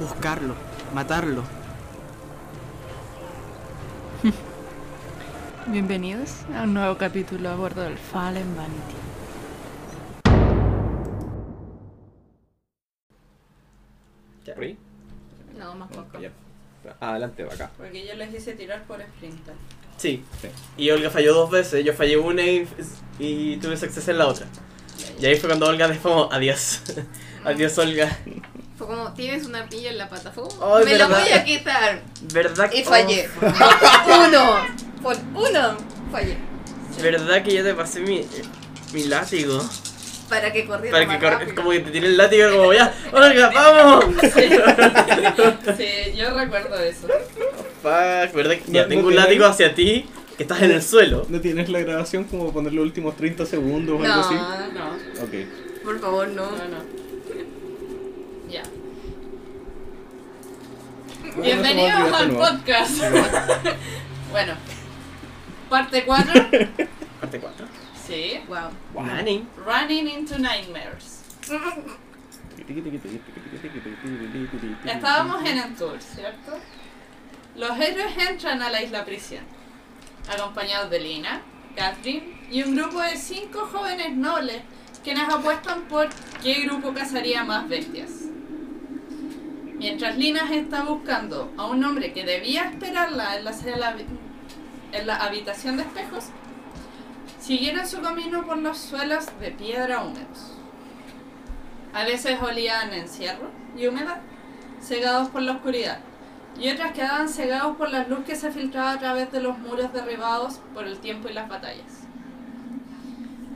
buscarlo, matarlo. Bienvenidos a un nuevo capítulo a bordo del Fallen Vanity. ¿Por ahí? No, más poco. Ya. Adelante, va acá. Porque yo les hice tirar por sprinter. Sí. Sí. Y Olga falló dos veces. Yo fallé una y, y tuve suceso en la otra. Y ahí fue cuando Olga dijo como, adiós. adiós, Olga. Fue como, tienes un artillo en la pata. Fue como, Ay, me lo verdad. Oh, voy a quitar. ¿Verdad Y que- fallé. Por uno. Por uno. Fallé. oh, ¿Verdad que yo te pasé mi, mi látigo? Para que corriera. Para más que cor- rápido. como que te tire el látigo como ya. Olga, vamos. Sí, yo recuerdo eso. Fuck, ¿verdad que- No- ya no tengo un tiene- látigo hacia ti que estás en el suelo? ¿No tienes la grabación como poner los últimos 30 segundos o algo así? No, no. Ok. Por favor, no. Ya. Bienvenidos al podcast. bueno, parte 4. Parte 4. Sí, wow. Manning. Running into Nightmares. Estábamos en el tour, ¿cierto? Los héroes entran a la isla prisión, acompañados de Lina, Catherine y un grupo de cinco jóvenes nobles quienes apuestan por qué grupo cazaría más bestias. Mientras Lina está buscando a un hombre que debía esperarla en la, sala- en la habitación de espejos, siguieron su camino por los suelos de piedra húmedos. A veces olían encierro y humedad, cegados por la oscuridad, y otras quedaban cegados por la luz que se filtraba a través de los muros derribados por el tiempo y las batallas.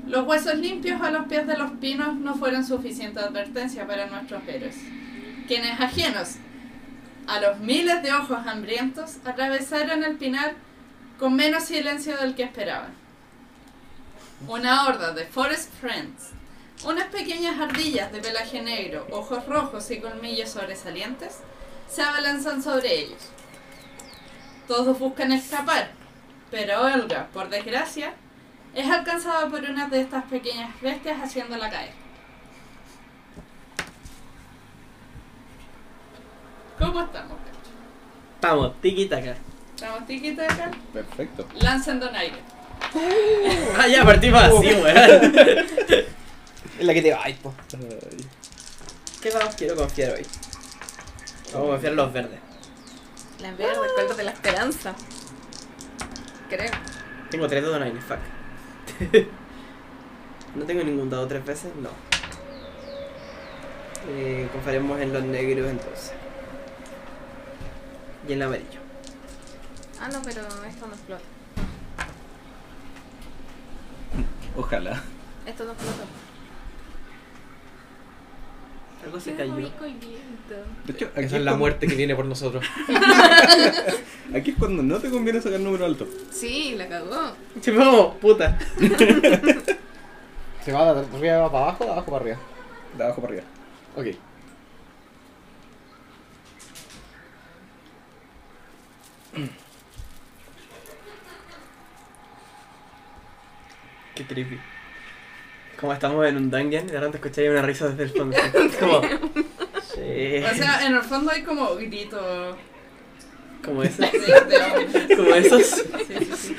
Los huesos limpios a los pies de los pinos no fueron suficiente advertencia para nuestros héroes, quienes ajenos a los miles de ojos hambrientos atravesaron el pinar con menos silencio del que esperaban. Una horda de Forest Friends unas pequeñas ardillas de pelaje negro, ojos rojos y colmillos sobresalientes se abalanzan sobre ellos. Todos buscan escapar, pero Olga, por desgracia, es alcanzada por una de estas pequeñas bestias haciéndola caer. ¿Cómo estamos? cacho? Vamos, tiki acá. ¿Estamos tiquita acá? Perfecto. Lanzan donaire. Ah, ya partimos así, weón. Uh. Es la que te va, ay, po. Ay, ¿Qué dados quiero confiar hoy? Vamos a confiar en los verdes. La verde, recuerdo de la esperanza. Creo. Tengo tres dados nine, fuck. no tengo ningún dado tres veces, no. Eh, confiaremos en los negros entonces. Y en el amarillo. Ah, no, pero esto no explota. Ojalá. Esto no explota. Algo se cayó. De hecho, Esa aquí es la cuando- muerte que viene por nosotros. Aquí es cuando no te conviene sacar número alto. Sí, la cagó. Che, vamos, puta. ¿Se va de arriba para abajo o de abajo para arriba? De abajo para arriba. Ok. Qué creepy. Como estamos en un dungeon, de repente escucháis una risa desde el fondo. Es como. Che. Eh. O sea, en el fondo hay como gritos Como esos. de, de hombres. Como esos. Sí, sí, sí.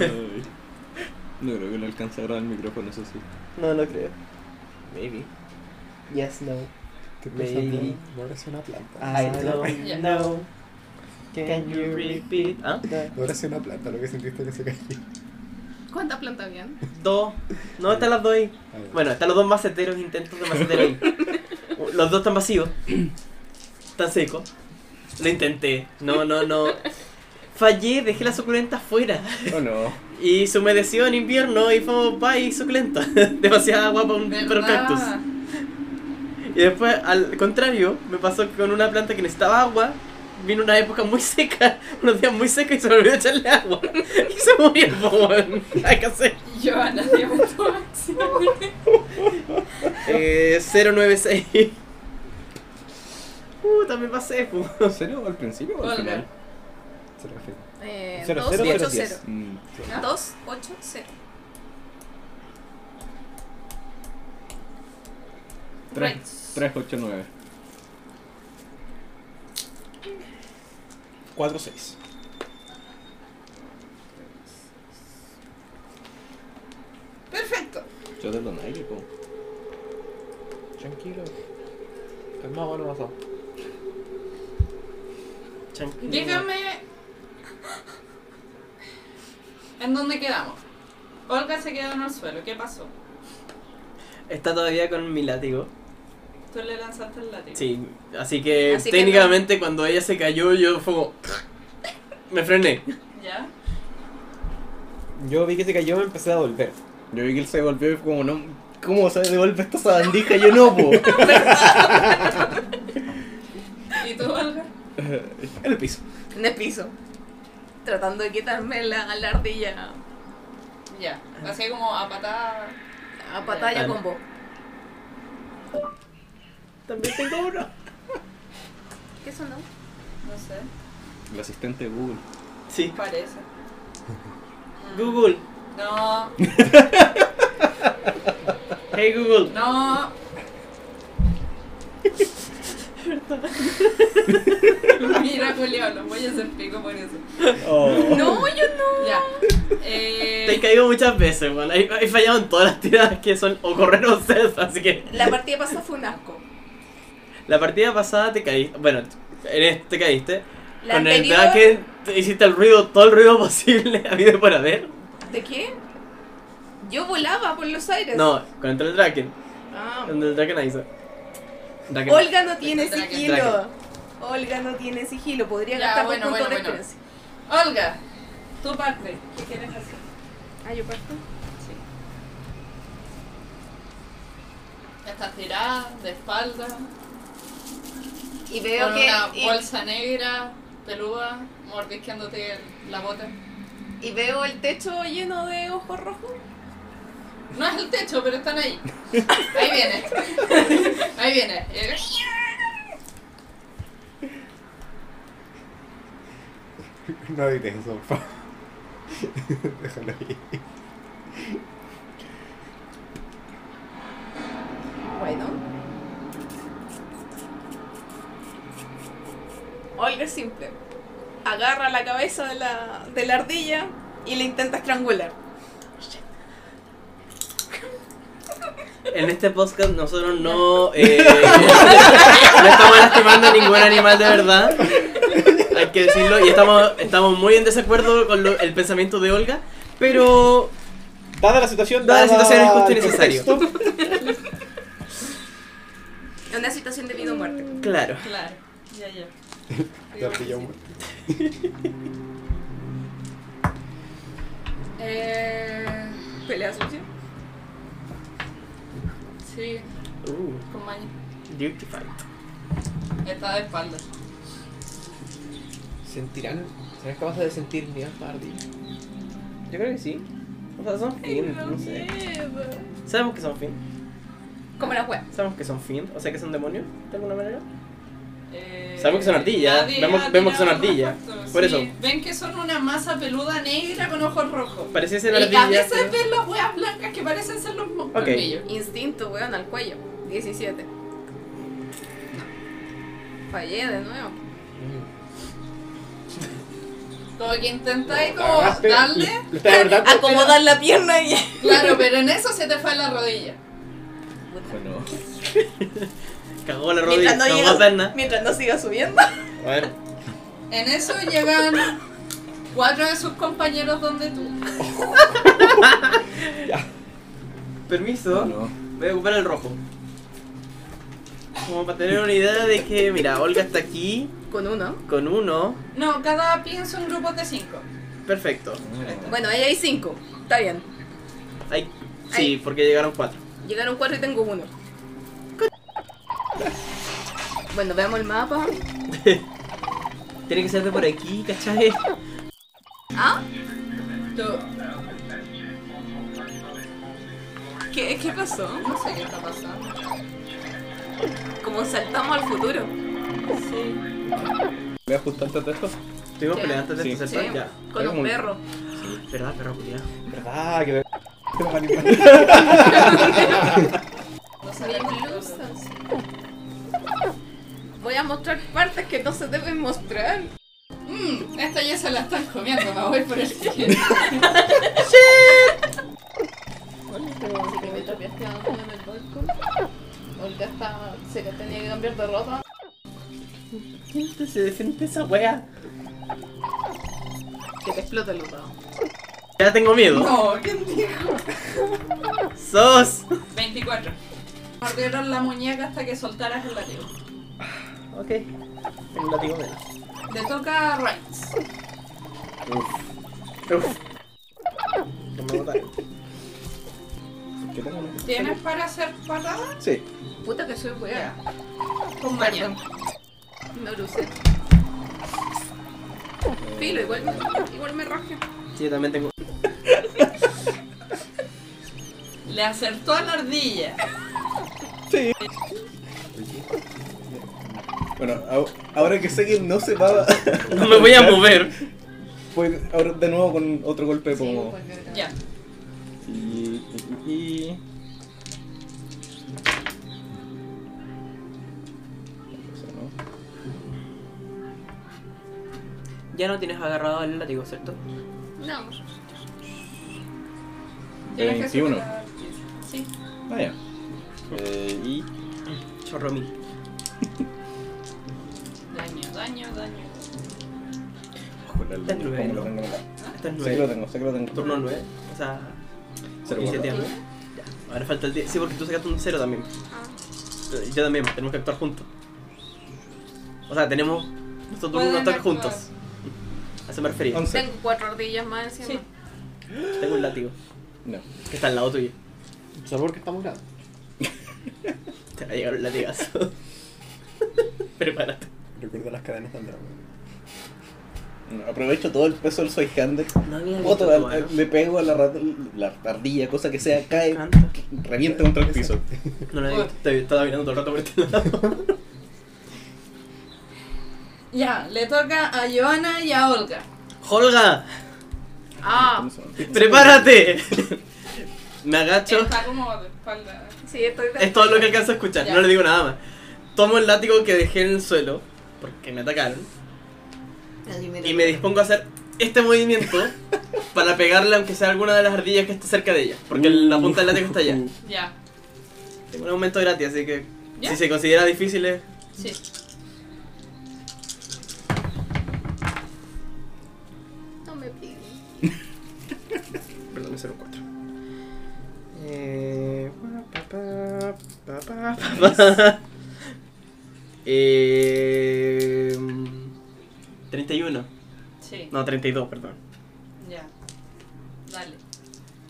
Ay. No creo que lo alcance ahora el micrófono, eso sí. No, no creo. Maybe. Yes, no. ¿Qué pasa, Maybe. No eres una planta. I don't Yeah. know. Can you repeat? ¿Ah? No eres una planta, lo que sentiste que se cayó. ¿Cuántas plantas habían? Dos. No, están las dos ahí. Bueno, están los dos maceteros, intentos de macetero ahí. Los dos están vacíos. Están secos. Lo intenté. No, no, no. Fallé, dejé la suculenta afuera. Oh no. Y se humedeció en invierno y fue bye suculenta. Demasiada agua para un para un ¿Verdad? cactus. Y después, al contrario, me pasó que con una planta que necesitaba agua, vino una época muy seca, unos días muy secos y se me olvidó echarle agua. Y se murió, po, weón. Hay que hacer. Yo a nadie me tomo acciones. Eh, 096. Puta, me pasé, po. ¿En serio? ¿Al principio o al Hola. final? Cero, cero. Eh, Cero, cero, cero, 280. Mm, ¿Ah? 280. Tres, Right. tres, ocho, nueve. 4, 6. Perfecto. Yo te doy aire, po. Tranquilo. Es más bueno pasado. Tranquilo. Díganme. ¿En dónde quedamos? Olga se quedó en el suelo. ¿Qué pasó? Está todavía con mi látigo. Tú le lanzaste el látigo. Sí, así que Así que técnicamente cuando ella se cayó, yo fue como- Me frené. ¿Ya? Yo vi que se cayó y me empecé a volver. Yo vi que él se devolvió y fue como, no, ¿cómo se devuelve esta sabandija? Yo no, po. ¿Y tú, Olga? en el piso. En el piso. Tratando de quitarme la, la ardilla Ya. Así como a patada. a pantalla Vale. con vos. También tengo uno. ¿Qué sonó? No sé. El asistente de Google. Sí. Parece. Google. No, Hey Google. no. Mira, Julián, los voy a hacer pico por eso. No, yo no. Ya. Oh. Te he Eh, caído muchas veces, weón. He, he fallado en todas las tiradas que son o correr o ser, así que. La partida pasada fue un asco. La partida pasada te caíste. Bueno, en este te caíste. La Con el anterior. ataque te hiciste el ruido, todo el ruido posible, a mí de por haber. ¿De qué? Yo volaba por los aires. No, contra el Draken. Ah. Contra el Draken hizo. Draken. Olga no tiene Draken, sigilo. Olga no tiene sigilo. Podría Ya, gastar bueno, por punto bueno, de bueno. experiencia. Olga, tu parte. ¿Qué quieres hacer? Ah, yo parto. Ya Estás tirada, de espalda, Y veo con que. una y- bolsa negra, peluda, mordisqueándote la bota. y veo el techo lleno de ojos rojos. No es el techo, pero están ahí. Ahí viene. Ahí viene. Eh, No dices eso, por favor. Déjalo ahí. Bueno. Olga es simple. Agarra la cabeza de la, de la ardilla y la intenta estrangular. En este podcast nosotros no, eh, no estamos lastimando a ningún animal de verdad. Hay que decirlo. Y estamos, estamos muy en desacuerdo con lo- el pensamiento de Olga. Pero Dada la situación, Dada la situación, es justo y el necesario. contexto, Es una situación de vida o muerte. claro. Claro, ya, ya. La ardilla muere. Eh, Pelea sucia. sí, Uh, con maña. duty fight. Está de espalda. ¿Sentirán? ¿Serás capaz de sentir miedo a ardilla? Yo creo que sí. O sea, son fiends, no sé. Sabemos que son fiends. Como la web. Sabemos que son fiends. O sea, que son demonios, de alguna manera. Eh, Sabemos que son ardillas, nadie vemos- ha vemos que son tirado ardillas, contacto, por sí. eso. Ven que son una masa peluda negra con ojos rojos. Parecía Y ser a ardillas. veces ven las huevas blancas que parecen ser los mo- Ok. colmillos. Instinto, weón, al cuello. 17. Fallé de nuevo. Como que intentáis como darle. Acomodar la pierna y. Claro, pero en eso se te fue la rodilla. Bueno, Cagó la rodilla, Mientras no, cagó la llega, pierna. mientras no siga subiendo. Bueno, En eso llegan cuatro de sus compañeros donde tú. permiso. no. Voy a ocupar el rojo. Como para tener una idea de que, mira, Olga está aquí Con uno. con uno. No, cada pienso en grupos de cinco. Perfecto. Bueno, ahí hay cinco. Está bien. Hay- sí, Ahí. porque llegaron cuatro. Llegaron cuatro y tengo uno. Bueno, veamos el mapa. Tiene que ser de por aquí, ¿cachai? ¿Ah? Tú- ¿Qué, ¿Qué pasó? No sé qué está pasando. Como saltamos al futuro. Sí. ¿Le ajustaste a esto? Estuvimos Sí. peleando antes de Sí. empezar Sí, ¿sabes? ya. con un perro. ¿Verdad, perro culiado? ¿Verdad? Que me... No sabía qué cosa. Voy a mostrar partes que no se deben mostrar. Mmm, esta ya se la están comiendo, me voy por el cielo. Así que me trapeaste a en el balcón. Olga está, se que tenía que cambiar de ropa. ¿Quién se defiende esa wea? Que te exploten los dedos. Ya tengo miedo. No, ¿quién dijo? ¡Sos! 24. Mordieron la muñeca hasta que soltaras el látigo. Ok. Tengo un látigo menos. Le toca a Rights. Uf. No me botaron. ¿Qué tengo? no? ¿Tienes para hacer patadas? Sí. Puta que soy weá. Con maña. No lo usé. Filo, igual me, igual me raje. Sí, yo también tengo. Le acertó a la ardilla. Bueno, ahora- ahora que sé que no se va, No me voy a mover. pues ahora de nuevo con otro golpe como... Ya. Y, y- y- Eso, ¿no? Ya no tienes agarrado el látigo, ¿cierto? No. Tienes que 21. superar 15. Sí. Ah, ya. Eh, y Chorro mil. Daño, daño, daño. Joder, el- Ten nueve, ¿cómo ¿no? lo tengo? Este es Sé que lo 9. tengo, sé que lo tengo. Turno 9. O sea, Cero iniciativa. guardado. ¿no? Ya. Ahora falta el 10. Sí, porque tú sacaste un 0 también. Eh, Yo también, tenemos que actuar juntos. O sea, tenemos. Nosotros Pueden unos ataques actuar. juntos. A eso me refería. Once. Tengo cuatro ardillas más encima. Sí. Tengo un látigo No. que está al lado tuyo. Solo porque estamos grandes. Te va a llegar un latigazo. Prepárate. Recuerda las cadenas de Andrade. No, Aprovecho todo el peso del soy hander. No había Boto, al- al- le pego a la, rat- la ardilla, cosa que sea, cae, Canta. revienta contra el piso. No lo había visto. Te- Estaba mirando todo el rato por este lado. Ya, le toca a Joana y a Olga. ¡Holga! Ah, ¡Prepárate! Me agacho. Está como de espalda. sí, estoy de Es todo lo que alcanzo a escuchar, Ya. no le digo nada más. Tomo el látigo que dejé en el suelo, porque me atacaron, y me dispongo a hacer este movimiento para pegarle aunque sea alguna de las ardillas que esté cerca de ella, porque la punta del látigo está allá. Ya. Tengo un aumento gratis, así que ¿Ya? si se considera difícil es... Sí. No me piden. Perdón, es 04. Eh... pa, pa, pa, pa, pa, pa. Eh, mm, 31. Sí. No, 32, perdón. Ya. Dale.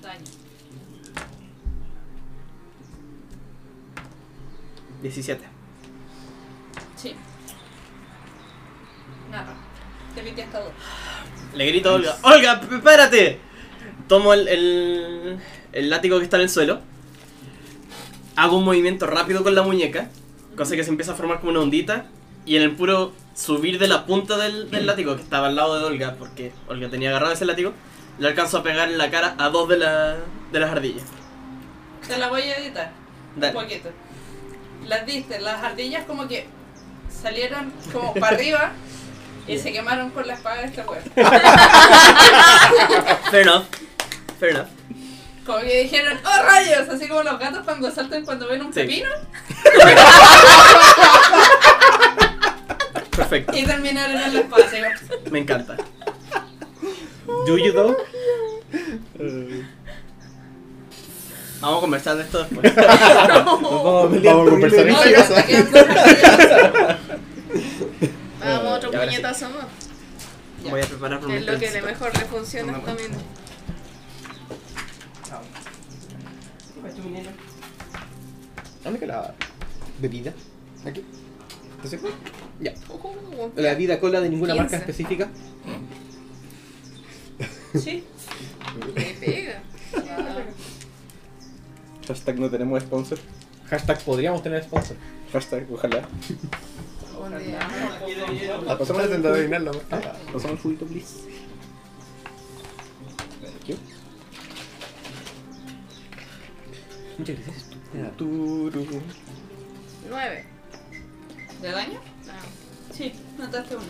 Daño. 17. Sí. Nada. Te metí hasta dos. Le grito a Olga, Olga, prepárate. Tomo el, el, el látigo que está en el suelo. Hago un movimiento rápido con la muñeca. Cosa que se empieza a formar como una ondita. Y en el puro subir de la punta del, del látigo que estaba al lado de Olga, porque Olga tenía agarrado ese látigo, le alcanzo a pegar en la cara a dos de, la- de las ardillas. Te la voy a editar. Un Dale. poquito. Las diste, las ardillas como que salieron como para arriba y se quemaron con la espada de este huevo. Fair enough. Fair enough. Como que dijeron, ¡oh rayos! Así como los gatos cuando saltan cuando ven un Sí. pepino Perfecto. y terminaron en la espada. así como- Me encanta. Do you though? Vamos a conversar de esto después. Nos vamos a pelear Vamos a terrible. conversar en esta Olga, casa. te quedan dos ardillas. Vamos, otro Ya, ahora sí. puñetazo más. Voy a preparar por un Es lo que le momento. mejor le funciona también. ¿Dónde que la bebida? Aquí. ¿Te sirve? Ya. La vida cola de ninguna marca específica. Sí. Me pega. Hashtag no tenemos sponsor. Hashtag podríamos tener sponsor. Hashtag ojalá. La persona tendrá que adivinarla. porque- Ah, Pasamos el juguito, please. Thank you. Muchas gracias. Turu. Nueve. ¿De daño? No. Sí, notaste una.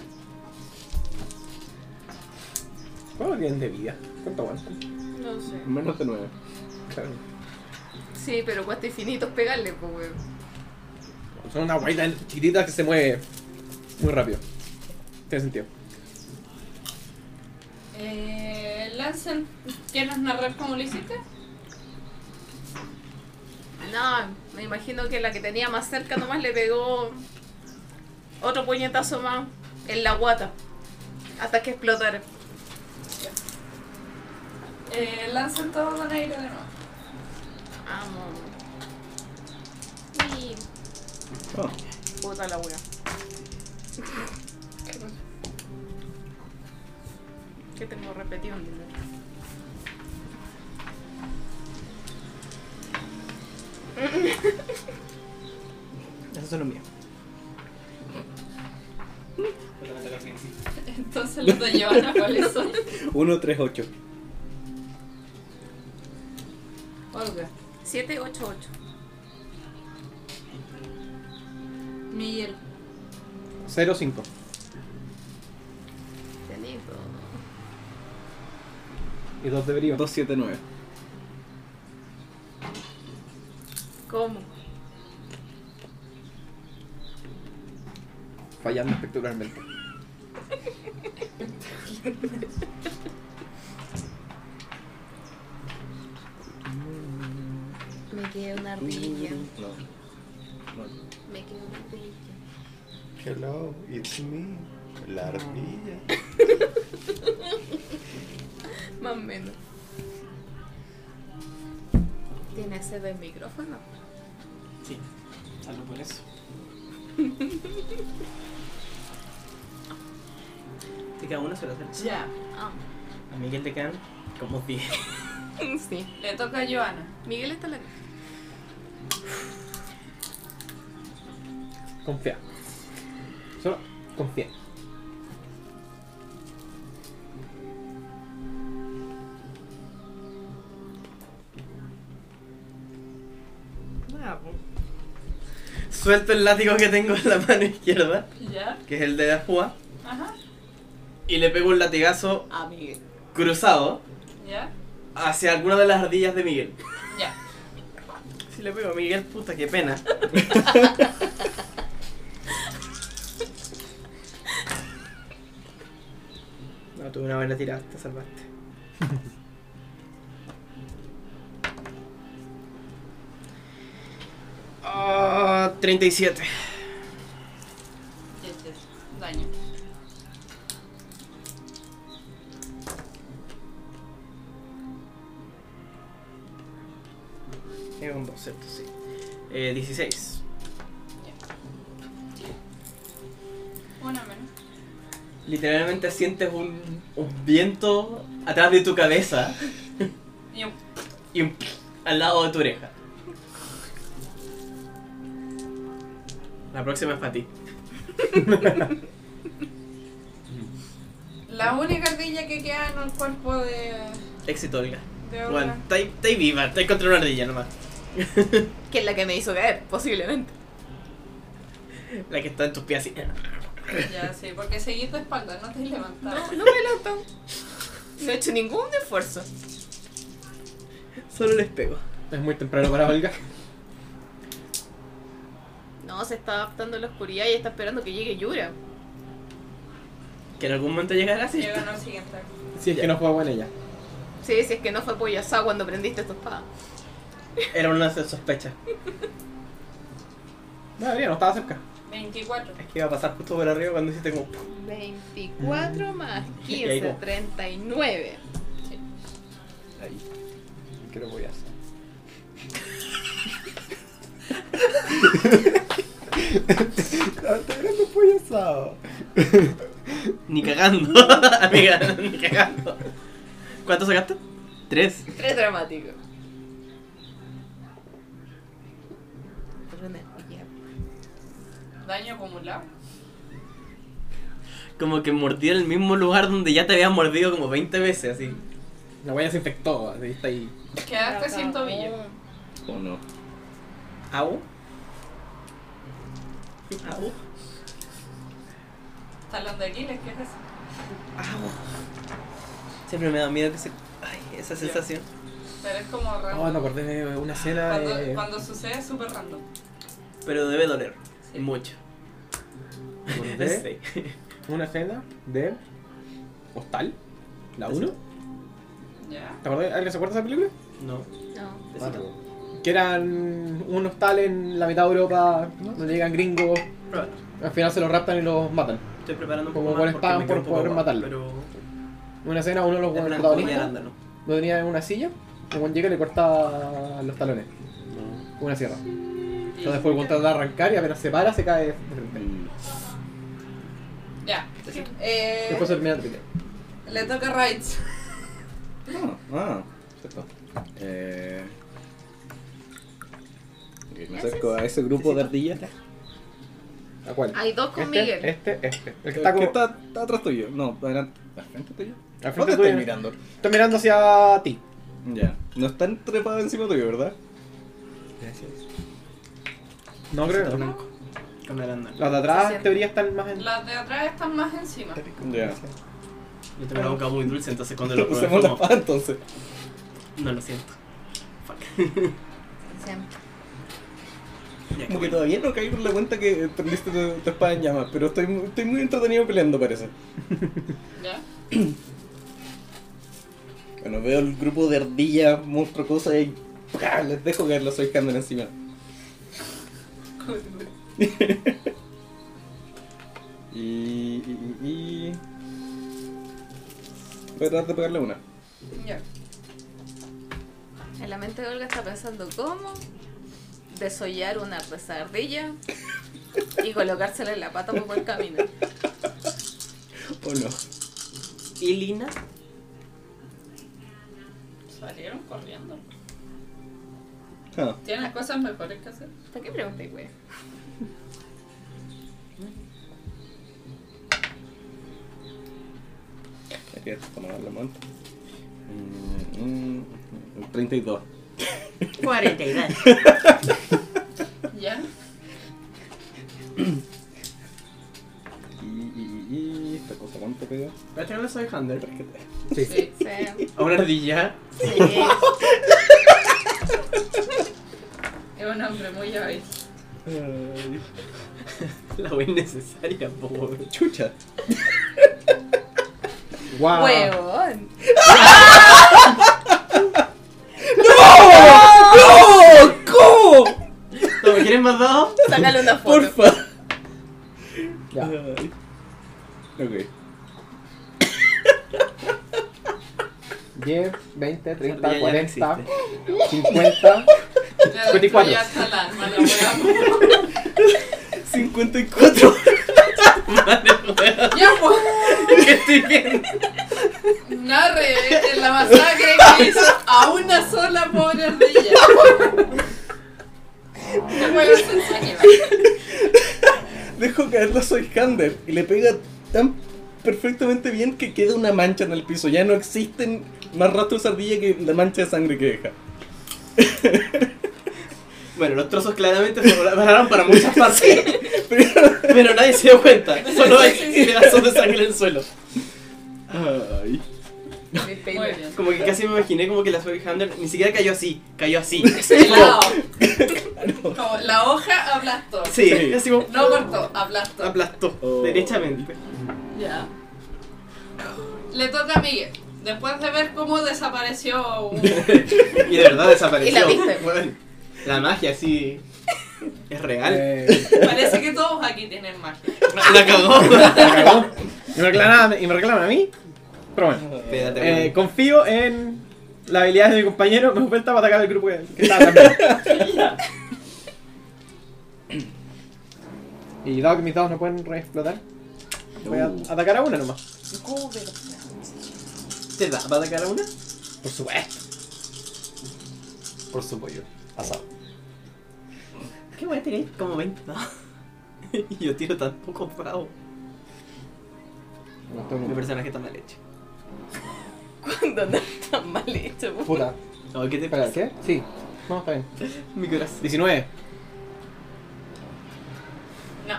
¿Cuánto tienen de vida? ¿Cuánto aguantan? No sé. Menos de 9. Claro. Sí, pero este cuesta infinitos pegarle, pues, weón. Son una guaita chiquitita que se mueve muy rápido. Tiene sentido. Eh, Lancel, ¿quieres narrar cómo lo hiciste? No, me imagino que la que tenía más cerca nomás le pegó otro puñetazo más en la guata. Hasta que explotara. Eh, Lancel todo con aire de nuevo. Amo. Y. Oh. Puta la wea. Que tengo repetido en dinero. Eso son los míos. Entonces los de Giovanna, ¿cuáles son? 1, 3, 8. Olga. 788. Miguel. 0, 5. Tenito. Y 2 de brío. 2, 7, 9. ¿Cómo? Fallando espectacularmente. Me quedé Mm, una ardilla. No. Me quedé una ardilla. Hello, it's me. La ardilla. Más o menos. ¿Tiene sed del micrófono? Sí. Salud por eso. Te queda uno solo, ¿cierto? Ya. Ah, A Miguel te quedan como 10. sí. Le toca a Joana. Miguel está en la Confía. Solo confía. Suelto el látigo que tengo en la mano izquierda, Ya. que es el de la púa, Ajá. y le pego un latigazo A Miguel. cruzado Ya. hacia alguna de las ardillas de Miguel. Ya. Si le pego a Miguel, puta, qué pena. No, tuve una buena tirada, te salvaste. Ah, 37. Ya, ya. Daño. Es un 2, ¿cierto? Sí. Eh, 16. Una menos. Literalmente sientes un, un viento atrás de tu cabeza Y un y un al lado de tu oreja. La próxima es para ti. La única ardilla que queda en el cuerpo de. Éxito, Olga. de Bueno, Olga. estáis estáis viva, estáis contra una ardilla nomás. Que es la que me hizo caer, posiblemente. La que está en tus pies así. Ya, sí, porque seguís de espalda, no te has levantado. No me lanzan. No he hecho ningún esfuerzo. Solo les pego. Es muy temprano para Olga. No, se está adaptando a la oscuridad y está esperando que llegue Yura. Que en algún momento llegará así. Llega al siguiente. Si es que no juega con ella. Sí, si es que no fue Poyasá cuando prendiste tu espada. Era una sospecha. No, debería, no estaba cerca. 24. Es que iba a pasar justo por arriba cuando hiciste como. 24 más Mm. Y ahí 15, como- 39. Ahí. ¿Qué lo voy a hacer? Estoy grande pollo asado. Ni cagando, amiga, ni cagando. ¿Cuánto sacaste? Tres. Tres dramático. Daño acumulado. Como que mordió en el mismo lugar donde ya te habías mordido como 20 veces, así. La huella se infectó, así está ahí. Quedaste sin tobillo. ¿O no? ¿Au? ¿Au? Oh. Talón de Aquiles, ¿qué es eso? ¡Au! Siempre me da miedo que se... Ay, esa sensación. Pero es como raro. Oh, me acordé de una escena cuando, de. cuando sucede es súper random. Pero debe doler. Mucho. acordé Sí. Una escena de. Hostal. La 1. ¿Ya? ¿Te acordás? ¿Alguien se acuerda de esa película? No. No. Decilo. Que eran un hostal en la mitad de Europa, donde llegan gringos, Pruébalo. al final se los raptan y los matan. Estoy preparando un Como poco más cuáles porque pagan me queda por un poco poder guau, matarlo. Pero... Una escena, uno de los Es buenos blanco y protagonistas arándano. lo tenía en una silla, y cuando llega le corta los talones con una sierra. Entonces después el weón trata de arrancar y apenas se para, se cae de frente. Ya. Eh, Después se termina el video. le toca a Raids. Ah, ah, cierto. Eh, ok, me acerco a ese grupo de ardillas. ¿A cuál? Hay dos con este, Miguel. Este, este. El que El está como. que está, está atrás tuyo. No, adelante. ¿Al frente tuyo? Al ¿Dónde frente estoy tuyo. mirando? Estoy mirando hacia ti. Ya. No están trepados encima tuyo, ¿verdad? Gracias. No creo. que no. Con arándano. Las de Se atrás acerca. en teoría están más en. Las de atrás están más encima. Ya. Yo tengo la boca muy dulce, entonces cuando lo probé fue Usemos la como... paz entonces. No lo siento. Ya, Como qué que todavía no caí por la cuenta que prendiste tu, tu espada en llamas, pero estoy, mu- estoy muy entretenido peleando, parece. ¿Ya? Bueno, veo el grupo de ardillas, monstruo, cosa y ¡pah! les dejo caer los Skycander encima. y, y, y, y- Voy a tratar de pegarle una. Ya. En la mente de Olga está pensando cómo desollar una pesadilla y colocársela en la pata por buen camino. ¿O no? ¿Y Lina? Salieron corriendo. Ah, Tienes cosas mejores que hacer. ¿Para qué pregunté, güey? aquí está para la manta. Mm, mm, 32. 42. ¿Ya? Y, y, y, y, esta cosa, ¿cuánto pega? Voy a tirarle Soy Hunter. Sí. Sí. A una ardilla. sí. Es un hombre muy hábil. Ay, La wea innecesaria, pobre. chucha. Ah. ¡Guau! Huevón. ¿Cómo? ¿No me quieres más dos? Sácale una foto. Porfa. Ya. Ay. Ok. 10, 20, 30, Ardilla ya no 40, existe. 50. Ya 54. destruyó hasta la alma, la wea. 54. Ya, pues. ¿Qué estoy viendo? Narre en la masacre que hizo a una sola pobre ardilla. Qué huevo se ensaña. Dejo caer la Soyhander y le pega tan perfectamente bien que queda una mancha en el piso. Ya no existen más rastros de ardilla que la mancha de sangre que deja. Bueno, los trozos claramente se volaron para muchas partes. Pero, pero nadie se dio cuenta. Solo hay pedazos de sangre en el suelo. Ay. Mi Muy pena. bien. Como que casi me imaginé como que la Soy Hunter ni siquiera cayó así. Cayó así. Pelado. Como la hoja aplastó. Sí, así como... No cortó, aplastó. Aplastó. Oh. Derechamente. Ya. Le toca a Miguel. Después de ver cómo desapareció un- Y de verdad desapareció. Y la viste. Bueno, la magia, sí. Es real. Eh, Parece que todos aquí tienen magia. La cagó. me cagó. Y me reclaman, y me reclaman a mí. Pero bueno. Espérate, Eh, bueno. confío en la habilidad de mi compañero. Me falta para atacar al grupo que, que estaba también. Y dado que mis dados no pueden reexplotar, voy a Uh. atacar a una nomás. ¿Cómo velocidad? ¿Te da para atacar a una? Por supuesto. Por supuesto. Pasado. ¿Qué voy a tener? Como 20 dados. y yo tiro tan poco bravo. No estoy Mi muy- personaje está mal hecho. Cuando no está mal hecho. pues. po. Puta. No, ¿qué te Espera, pasa? ¿qué? Sí. No, está bien. Mi corazón. 19. No.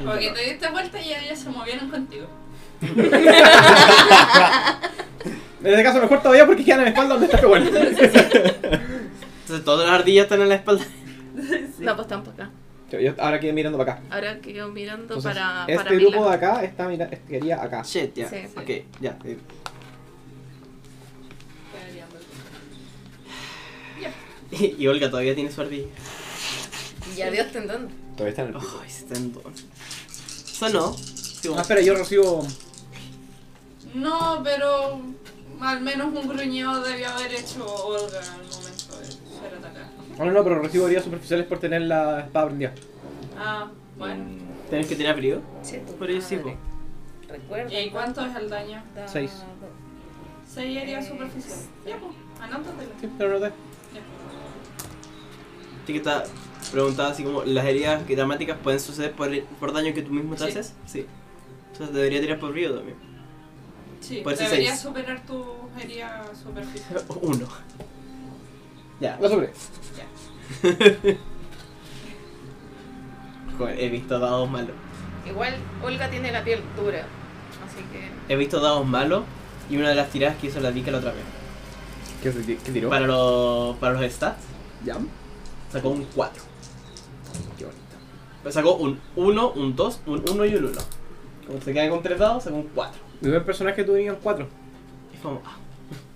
El Porque dolor. te diste vuelta y ellos se movieron contigo. En este caso mejor todavía porque quedan en la espalda donde está este Pehuel. Entonces todas las ardillas están en la espalda. No, pues están para acá. Yo, yo ahora quedé mirando para acá. Ahora quedo mirando Entonces, para, este para grupo Mila. de acá está mira, este quería acá. Ah, Shit, ya. Sí, sí. Ok, ya. eh, Quedarían volviendo. Y, y Olga todavía tiene su ardilla. Y adiós tendón. Todavía está en el piso. Ay, se está en don. Eso no. Digo, Ah, espera, yo recibo. No, pero al menos un gruñido debió haber hecho Olga al momento de ser atacada. No, no, no, pero recibo heridas superficiales por tener la espada prendida. Ah, bueno. ¿Tenés que tener frío? Che, tu Ah, Por eso sí, madre. po. Recuerda. ¿Y cuánto es el daño? da- Seis. Seis heridas superficiales. Ya, pues, anótatelo. Sí, pero no te. Ya. Así que está preguntaba así como, ¿las heridas dramáticas pueden suceder por, por daño que tú mismo te Sí. haces? Sí. Entonces debería tirar por frío también. Sí, Por eso deberías seis. superar tu herida superficial. Uno. Ya. Lo sobre. Joder, he visto dados malos. Igual Olga tiene la piel dura. Así que. He visto dados malos y una de las tiradas que hizo la Vika la otra vez. ¿Qué, qué tiró? Para los, para los stats, Ya. sacó un 4. Qué bonito. Sacó un 1, un 2, un 1 y un 1. Como se queda con 3 dados, sacó un 4. Mi primer personaje tuvo en cuatro. Y fue como, ah,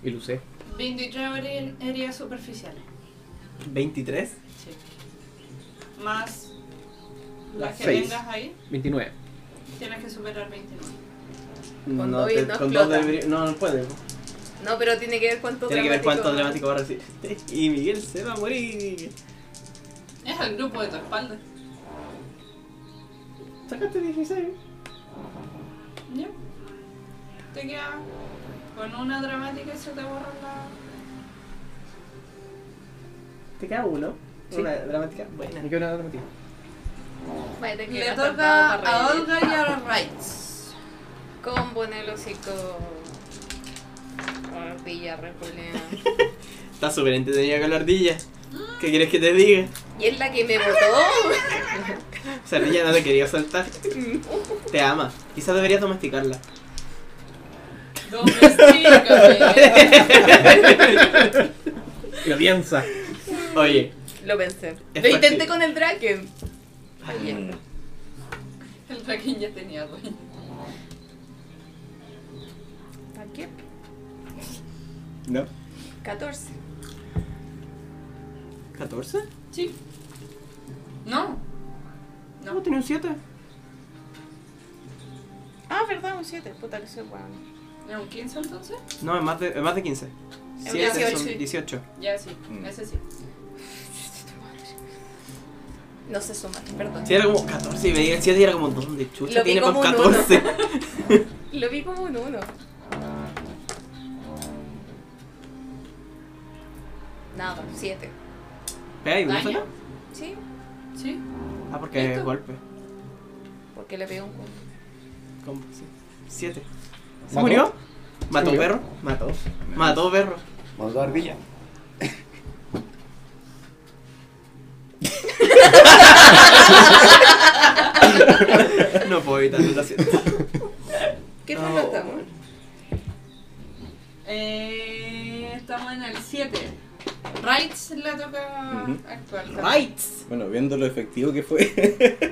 Y lucé. 23 heri- heridas superficiales. 23. Sí. Más las Las que seis. tengas ahí, 29. tienes que superar 29. Con no, dos y te- no con dos explota. debería- no, no puede. No, pero tiene que ver cuánto Tiene que ver dramático- cuánto dramático va a recibir. Y Miguel se va a morir. Es el grupo de tu espalda. Sacaste 16. Ya. Te queda con una dramática y se te borra la. Te queda uno. Una dramática buena. Me quedo nada de motivo. Vaya, te Le quedas toca atrapado para a reír. Olga y a Wrights. Combo en el hocico. Ardilla repolea. Está súper entretenida con la ardilla. ¿Qué quieres que te diga? Y es la que me botó. Esa ardilla no te quería soltar. Te ama. Quizás deberías domesticarla. Domestícame. Y lo piensa. Oye, Lo pensé. Es Lo intenté factible. con el Draken. Mm. Ayer. El Raquín ya tenía dueño. ¿A qué? No. 14. ¿14? Sí. No. No, tenía un 7. Ah, verdad, un 7. Puta que soy weón. ¿Es un 15 entonces? No, es más de, es más de 15. Es 7 18. son 18. Ya sí, Mm. ese sí. No sé sumar, perdón. Si era como 14 y veía el 7 y era como, ¿dónde chucha Lo vi tiene para como un 14? Lo vi como un 1. Nada, 7. Pega y uno ¿Daño? solo. Sí, Sí. Ah, porque es ¿Listo? golpe. porque le pegué un combo. Combo, sí. 7. ¿Se ¿Mató? murió? ¿Mató murió. perro? Mató. Mató perro. Mandó ardilla. No puedo evitarlo, lo siento. ¿Qué No. no. estamos? Eh, estamos en el 7. Rights le toca Ujú. actuar. Rights. Bueno, viendo lo efectivo que fue,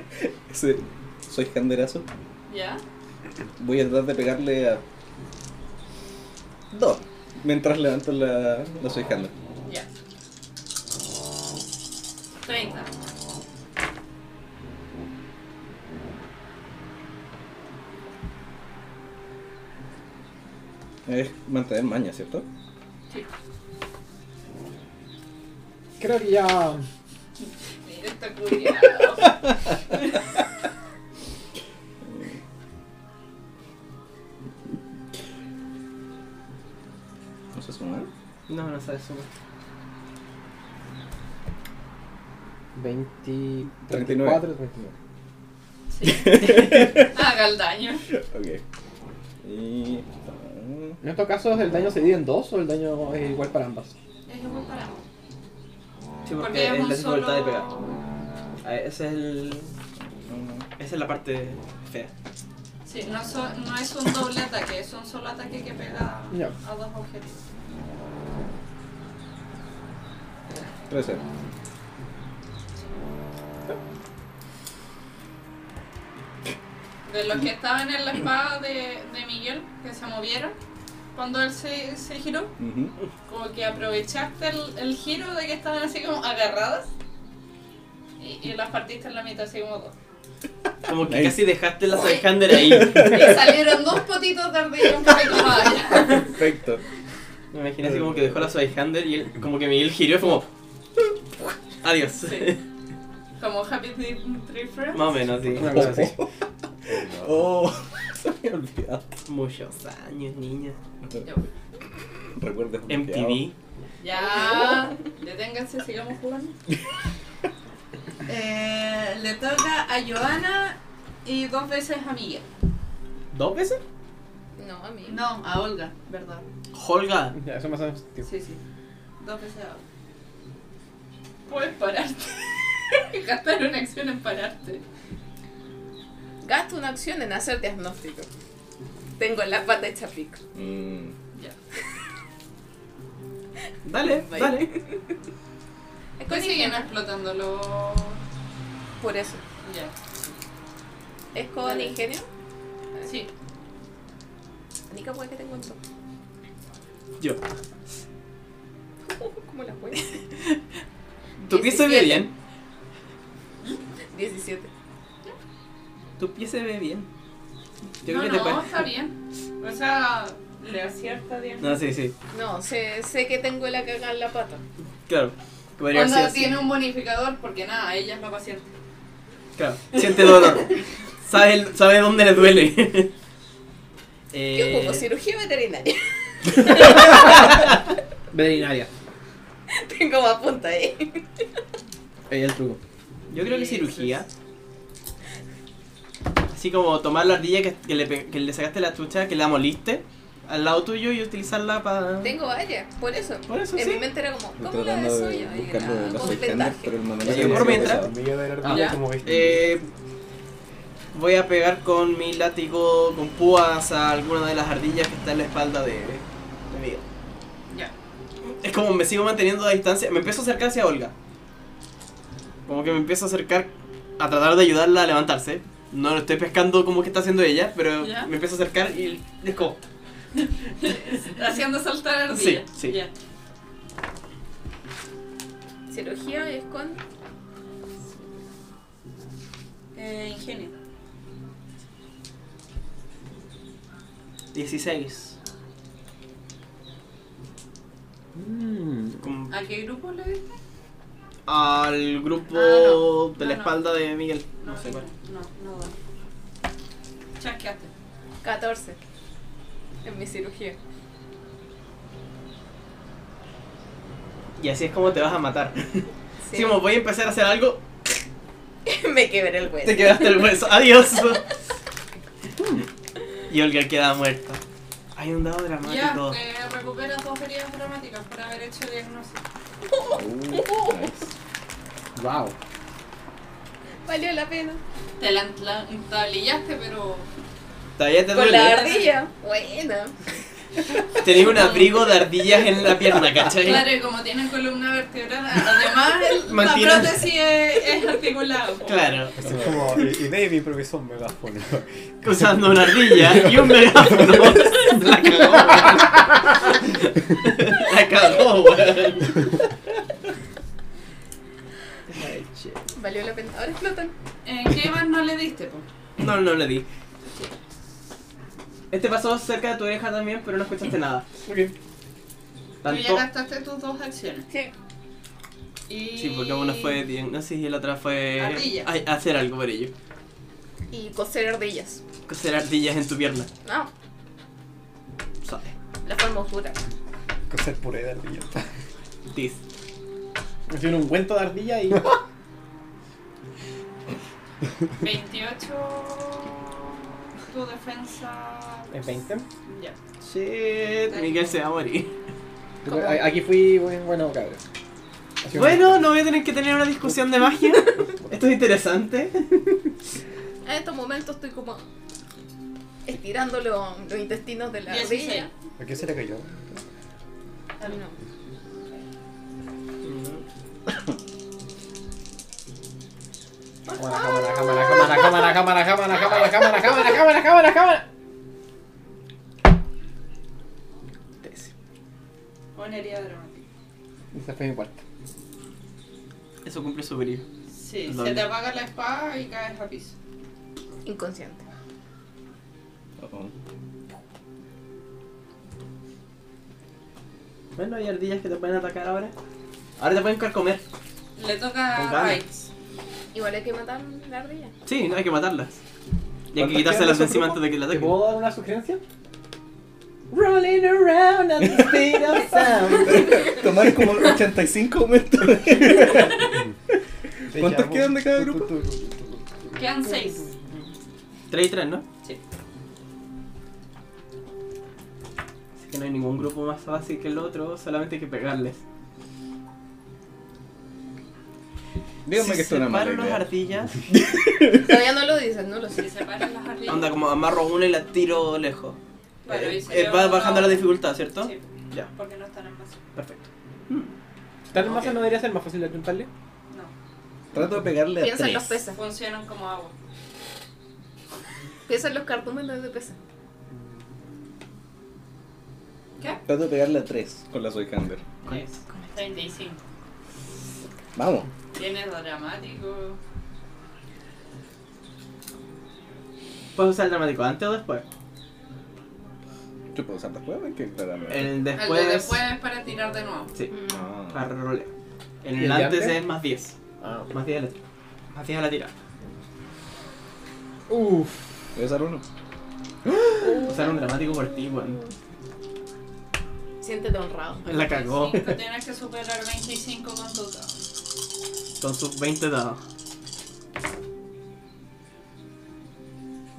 ese- soy janderazo, ¿Ya? voy a tratar de pegarle a dos mientras levanto la, la soy jander. Ya. 30. Es mantener maña, ¿cierto? Creo que ya. Sí. Está culiado. ¿No se suma? No, no sabes sumar. 20, 34, 39. 39. Haga el daño. Ok. Y. mm, En estos casos, ¿el daño se divide en dos o el daño es igual para ambas? Es igual para ambos. Sí, porque, Porque es es un la dificultad de solo- pegar. Ah, Ese es el. Esa es la parte fea. Sí, no, so- no es un doble ataque, es un solo ataque que pega Ya. a dos objetos. 13. De los que estaban en la espada de, de Miguel, que se movieron cuando él se, se giró, Ujú. como que aprovechaste el, el giro de que estaban así como agarradas y, y las partiste en la mitad, así como dos. Como que Nice. casi dejaste la Alexander ahí. Y salieron dos potitos de ardilla un poquito más allá. Perfecto. Me imaginé así como que dejó la Swayhander y él, como que Miguel giró y fue como. Adiós. Sí. Como Happy Tree- Tree Friends. Más o menos, sí. Una cosa así. Oh, se me había olvidado. Muchos años, niña. Recuerdos. bloqueados. MTV. Ya, deténganse, sigamos jugando. Eh, le toca a Joana y dos veces a Miguel. ¿Dos veces? No, a mí. No, a Olga, ¿verdad? Holga. Ya, eso más o menos sentido. Sí, sí. Dos veces a Olga. Puedes pararte. Gastar una acción en pararte. Gasto una acción en hacer diagnóstico. Tengo la pata hecha pico. Mm, Ya. Dale, Bye. dale. Es Pues siguen con explotando los. Por eso. Ya. Es con Dale. ingenio. Sí. Nica puede que te encuentro. Yo. ¿Cómo la puedes? Tu pie se ve 17. bien. 17. Tu pie se ve bien. Yo no, creo que te no, puede- está bien. O sea, le acierta bien. No, sí, sí. No, sé, sé que tengo la caga en la pata. Claro. Que podría haber sido Cuando así. tiene un bonificador, porque nada, ella es la paciente. Claro. Siente dolor. sabe, el- sabe dónde le duele. Yo eh, ocupo cirugía veterinaria. Veterinaria. tengo más punta ahí. Ella el truco. Yo creo que cirugía. Así como tomar la ardilla que, que le, pe- que le sacaste la chucha, que la moliste al lado tuyo y utilizarla para. Tengo varias, por eso. Por eso en sí. mi mente era como, estoy ¿cómo la tratando de desoyo? Y buscar lo de era los con Alexander, pero vendaje. el manual Sí, se me por hizo mientras. pesado. Amiga de la Ah, ardilla, como veis. Eh, voy a pegar con mi látigo con púas a alguna de las ardillas que está en la espalda de, de Miguel. Ya. Es como me sigo manteniendo a distancia. Me empiezo a acercar hacia Olga. Como que me empiezo a acercar a tratar de ayudarla a levantarse. No lo estoy pescando como que está haciendo ella, pero Ya. me empiezo a acercar y es como. Haciendo saltar ardilla. Sí, sí. Ya. Cirugía es con. Eh, ingenio. 16. Como ¿A qué grupo le diste? al grupo Ah, no. de la No, no. espalda de Miguel. No, sé no, cuál. no, no da. Chasqueaste. 14. En mi cirugía. Y así es como te vas a matar. Sí. Si voy a empezar a hacer algo, me quebré el te hueso. quedaste el hueso. Adiós. y Olga queda muerta. Hay un dado Ya, dramático. eh, recuperas dos heridas dramáticas por haber hecho diagnóstico. Oh. Uh, nice. Wow. Valió la pena. Te la la entablillaste, pero. Todavía te Con duele. la ardilla. Buena. Tenés un abrigo de ardillas en la pierna, ¿cachai? Claro, y como tienen columna vertebral, además el- la Mantiene- prótesis es, es articulado. po. Claro. Así como, y, y David improvisó un megáfono. Usando una ardilla y un megáfono. La cagó, weón. La cagó, weón. Ay, che. Valió la pena. Ahora explotan. Eh, ¿Qué más no le diste? po? No, no le di. Este pasó cerca de tu oreja también, pero no escuchaste nada. Tú ya Tanto. gastaste tus dos acciones. Sí. Y... Sí, porque una fue diagnosis y la otra fue Ardillas. ay, hacer algo por ello. Y coser ardillas. Coser ardillas en tu pierna. No, Suave. la formosura. Coser puré de ardilla. Tis. Hicieron un cuento de ardilla y. 28. Tu defensa. ¿Es 20? Ya. Shit, Miguel se va a morir. ¿Cómo? A- Aquí fui buen- bueno, cabrón. Así Bueno, no voy a tener que tener una discusión de magia. Esto es interesante. En estos momentos estoy como estirando lo- los intestinos de la 16. ardilla. ¿A qué se le cayó? A mí no. Cámara, cámara, cámara, cámara, cámara, cámara, cámara, cámara, cámara, cámara, cámara, cámara, cámara. Tis. Una herida dramática. Esa fue mi cuarta. Eso cumple su brillo. Sí, Lol. se te apaga la espada y caes a piso. Inconsciente. Uh-oh. Bueno, hay ardillas que te pueden atacar ahora. Ahora te pueden carcomer. Le toca Con a ganas. Bites. Igual hay que matar la ardilla. Sí, hay que matarlas. Y hay que ¿Cuántas quitárselas quedan de de su encima grupo? antes de que la ¿Te ataquen. puedo dar una sugerencia? Rolling around at the speed of sound. Tomar como 85 aumentos. ¿Cuántas quedan de cada grupo? Quedan 6. 3 y 3, ¿no? Sí. Así que no hay ningún grupo más fácil que el otro, solamente hay que pegarles. Díganme que esto es una mala separo las idea. ardillas. Todavía no lo dices, no lo Se sé. separan las ardillas. Onda, como amarro una y la tiro lejos. Bueno, y Eh, se eh, va lleva bajando uno- la dificultad, ¿cierto? Sí, Ya, porque no están en base. perfecto. Mm. Tal vez Ok. no debería ser más fácil de apuntarle. No. Trato de pegarle a Piensa en los tres. pesas. Funcionan como agua. Piensa en los cardúmenes de pesas. ¿Qué? Trato de pegarle a tres con la Soyhander. Es 35. Vamos. Tiene dramático. ¿Puedes usar el dramático antes o después? Yo puedo usar después, hay que aclararme. El El de después. Después... es para tirar de nuevo. Sí, para Ah. rolear. En ¿Y el el de antes antes? Ah, es más 10. Más 10 a la tira. Más 10 a la tira. Uff. Voy a usar uno. Usar un dramático por ti, weón. Uh. Siéntete honrado. La cagó 25, Tienes que superar 25 con tu dado. con sus 20 dados.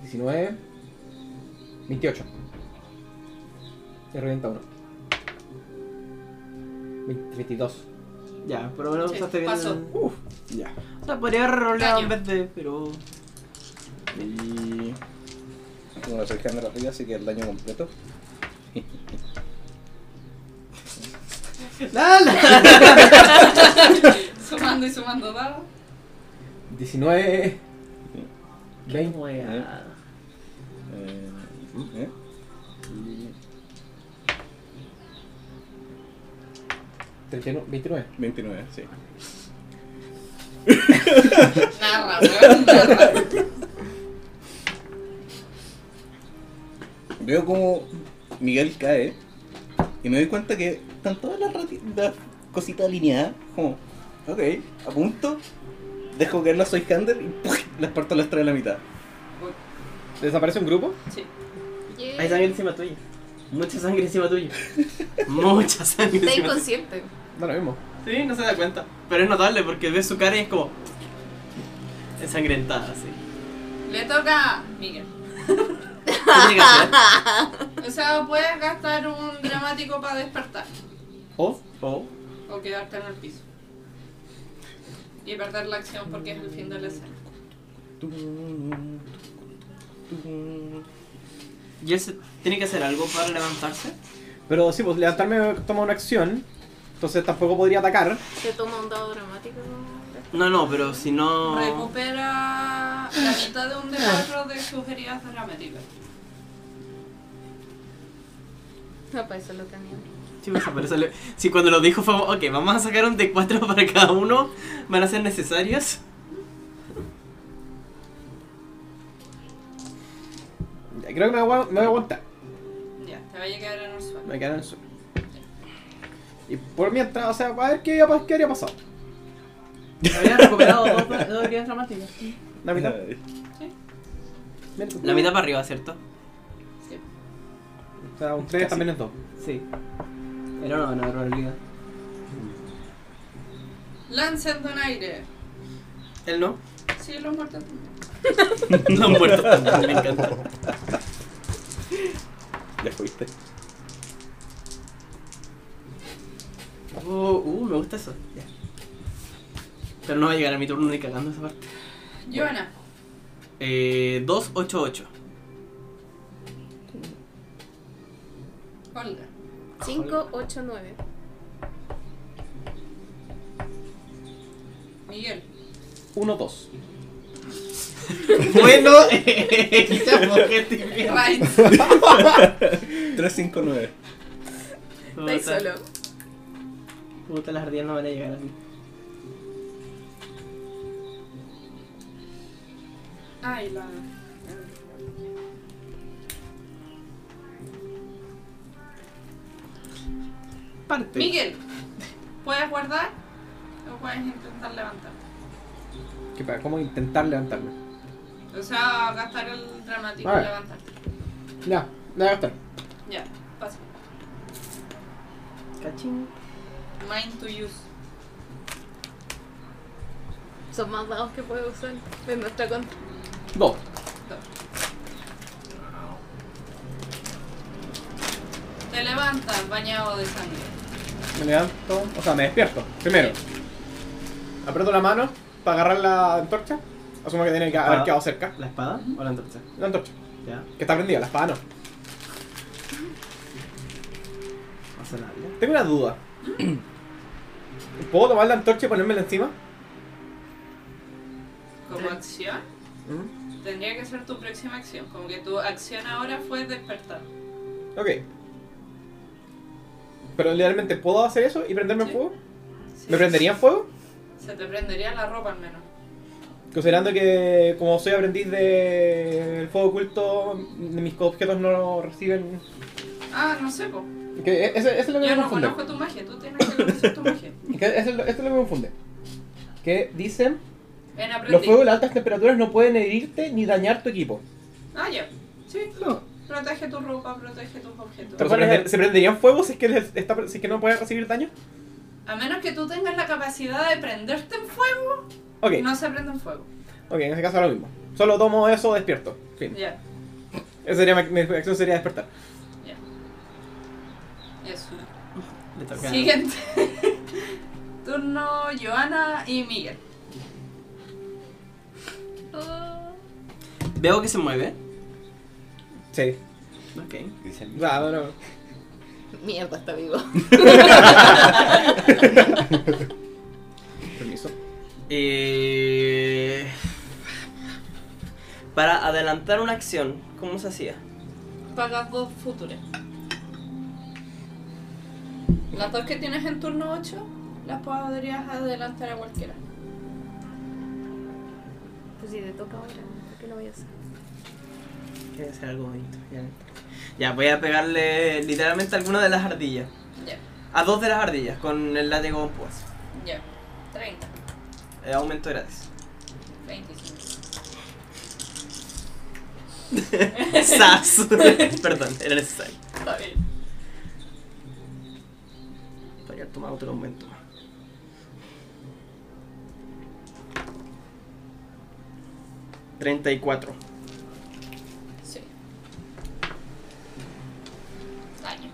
19. 28. Se revienta uno. 20, 22. Ya, pero bueno, Sí, usaste bien. pasó. el- Uf. Ya. O sea, podría haber roleado en Daño. vez de. Pero. Y. Tengo la Soyhander arriba, así que el daño completo. ¡Lala! Sumando y sumando dados. 19. 20. Eh, ¿eh? Y 31, 29. 29, sí. Narra, weón, narra. Veo como Miguel cae y me doy cuenta que están todas las, rati- las cositas alineadas. Como, ok, apunto, dejo caer la Soyhander y ¡puf! las parto las tres a la mitad. ¿Desaparece un grupo? Sí. Hay sangre encima tuya. Mucha sangre encima tuya. Mucha sangre Está encima tuya. inconsciente. Da lo mismo. Sí, no se da cuenta. Pero es notable porque ves su cara y es como. Ensangrentada, sí. Le toca a Miguel. ¿Qué tiene que hacer? O sea, puedes gastar un dramático para despertar O Oh. o quedarte en el piso. Y perder la acción porque es el fin de la escena. ¿Y él se- tiene que hacer algo para levantarse? Pero sí, pues levantarme toma una acción. Entonces tampoco podría atacar. Te toma un dado dramático. No, no, pero si no. Recupera la mitad de un D4 de sus heridas dramáticas. No, para eso lo tenía. Sí, pues, pero eso le- sí, cuando lo dijo fue como, ok, vamos a sacar un D4 para cada uno, van a ser necesarios. Ya, Creo que me voy a, me voy a aguantar. Ya, te vaya a quedar en el suelo. Me quedaron en el suelo. Y por mientras, o sea, a ver qué, había pas- qué habría pasado. Habría recuperado dos, dos heridas dramáticas. La mitad. La mitad para arriba, ¿cierto? O sea, un 3 también es 2. Sí. Era una buena probabilidad. Lancet de un aire. Él no. Sí, los muertos. No han muerto tanto, me encanta. Ya fuiste. Oh, uh, me gusta eso. Ya. Pero no va a llegar a mi turno ni cagando esa parte. Joana. Eh, 288. Olga. 5, 8, 9. Miguel. 1, 2. Bueno, quizás objetivo. Right. 359. Estoy solo. Puta, las ardillas no van a llegar a mí. Ay, la. Parte. Miguel. ¿Puedes guardar? ¿O puedes intentar levantar? Que para cómo intentar levantarme. O sea, gastar el dramático Vale. y levantarte. Ya, la voy a gastar. Ya, pasa. Cachín. Mind to use. Son más dados que puedo usar en nuestra contra. 2. Te levantas bañado de sangre. Me levanto, o sea, me despierto. Primero, aprieto la mano para agarrar la antorcha. Asumo que tiene que haber Ah. quedado cerca. ¿La espada o la antorcha? La antorcha, Ya, que está prendida, la espada no. pasa la vida. Tengo una duda. ¿Puedo tomar la antorcha y ponérmela encima? Como acción, ¿Mm? tendría que ser tu próxima acción. Como que tu acción ahora fue despertar. Ok. Pero literalmente, ¿puedo hacer eso y prenderme en Sí. fuego? Sí. ¿Me prendería en fuego? Se te prendería la ropa al menos. Considerando que como soy aprendiz del fuego oculto, mis objetos no reciben... Ah, no sé, po. Que eso, eso e-, es lo que Yo me no confunde. conozco tu magia, tú tienes que conocer tu magia. Que eso es lo- esto es lo que me confunde. Que dicen, Ven, aprendí. los fuegos de altas temperaturas no pueden herirte ni dañar tu equipo. Ah, ya. Sí. No. Protege tu ropa, protege tus objetos. Pero se, prende- se prenderían fuego si es que, les está- si es que no pueden recibir daño. A menos que tú tengas la capacidad de prenderte en fuego, Ok, no se prende en fuego. ok, en ese caso es lo mismo. Solo tomo eso despierto. Fin. Ya, Esa sería mi, mi acción sería despertar. ya. Eso. Le toca. Siguiente. Turno Joana y Miguel. Veo que se mueve. Sí. Ah, Ok. Dicen, O sea, no, no. Mierda, está vivo. Permiso. Eh... Para adelantar una acción, ¿cómo se hacía? Pagas dos futuras. Las dos que tienes en turno 8 las podrías adelantar a cualquiera. Pues si te toca ahora, ¿por qué lo voy a hacer? Quiero hacer algo bonito. Ya. Ya, voy a pegarle literalmente a alguna de las ardillas. Ya, A dos de las ardillas con el látigo con púas. ya. 30, Eh, aumento gratis. 25. ¡Sas! Perdón, era necesario. Está bien. Podría haber tomado otro aumento más. Treinta y cuatro. Sí. Daño.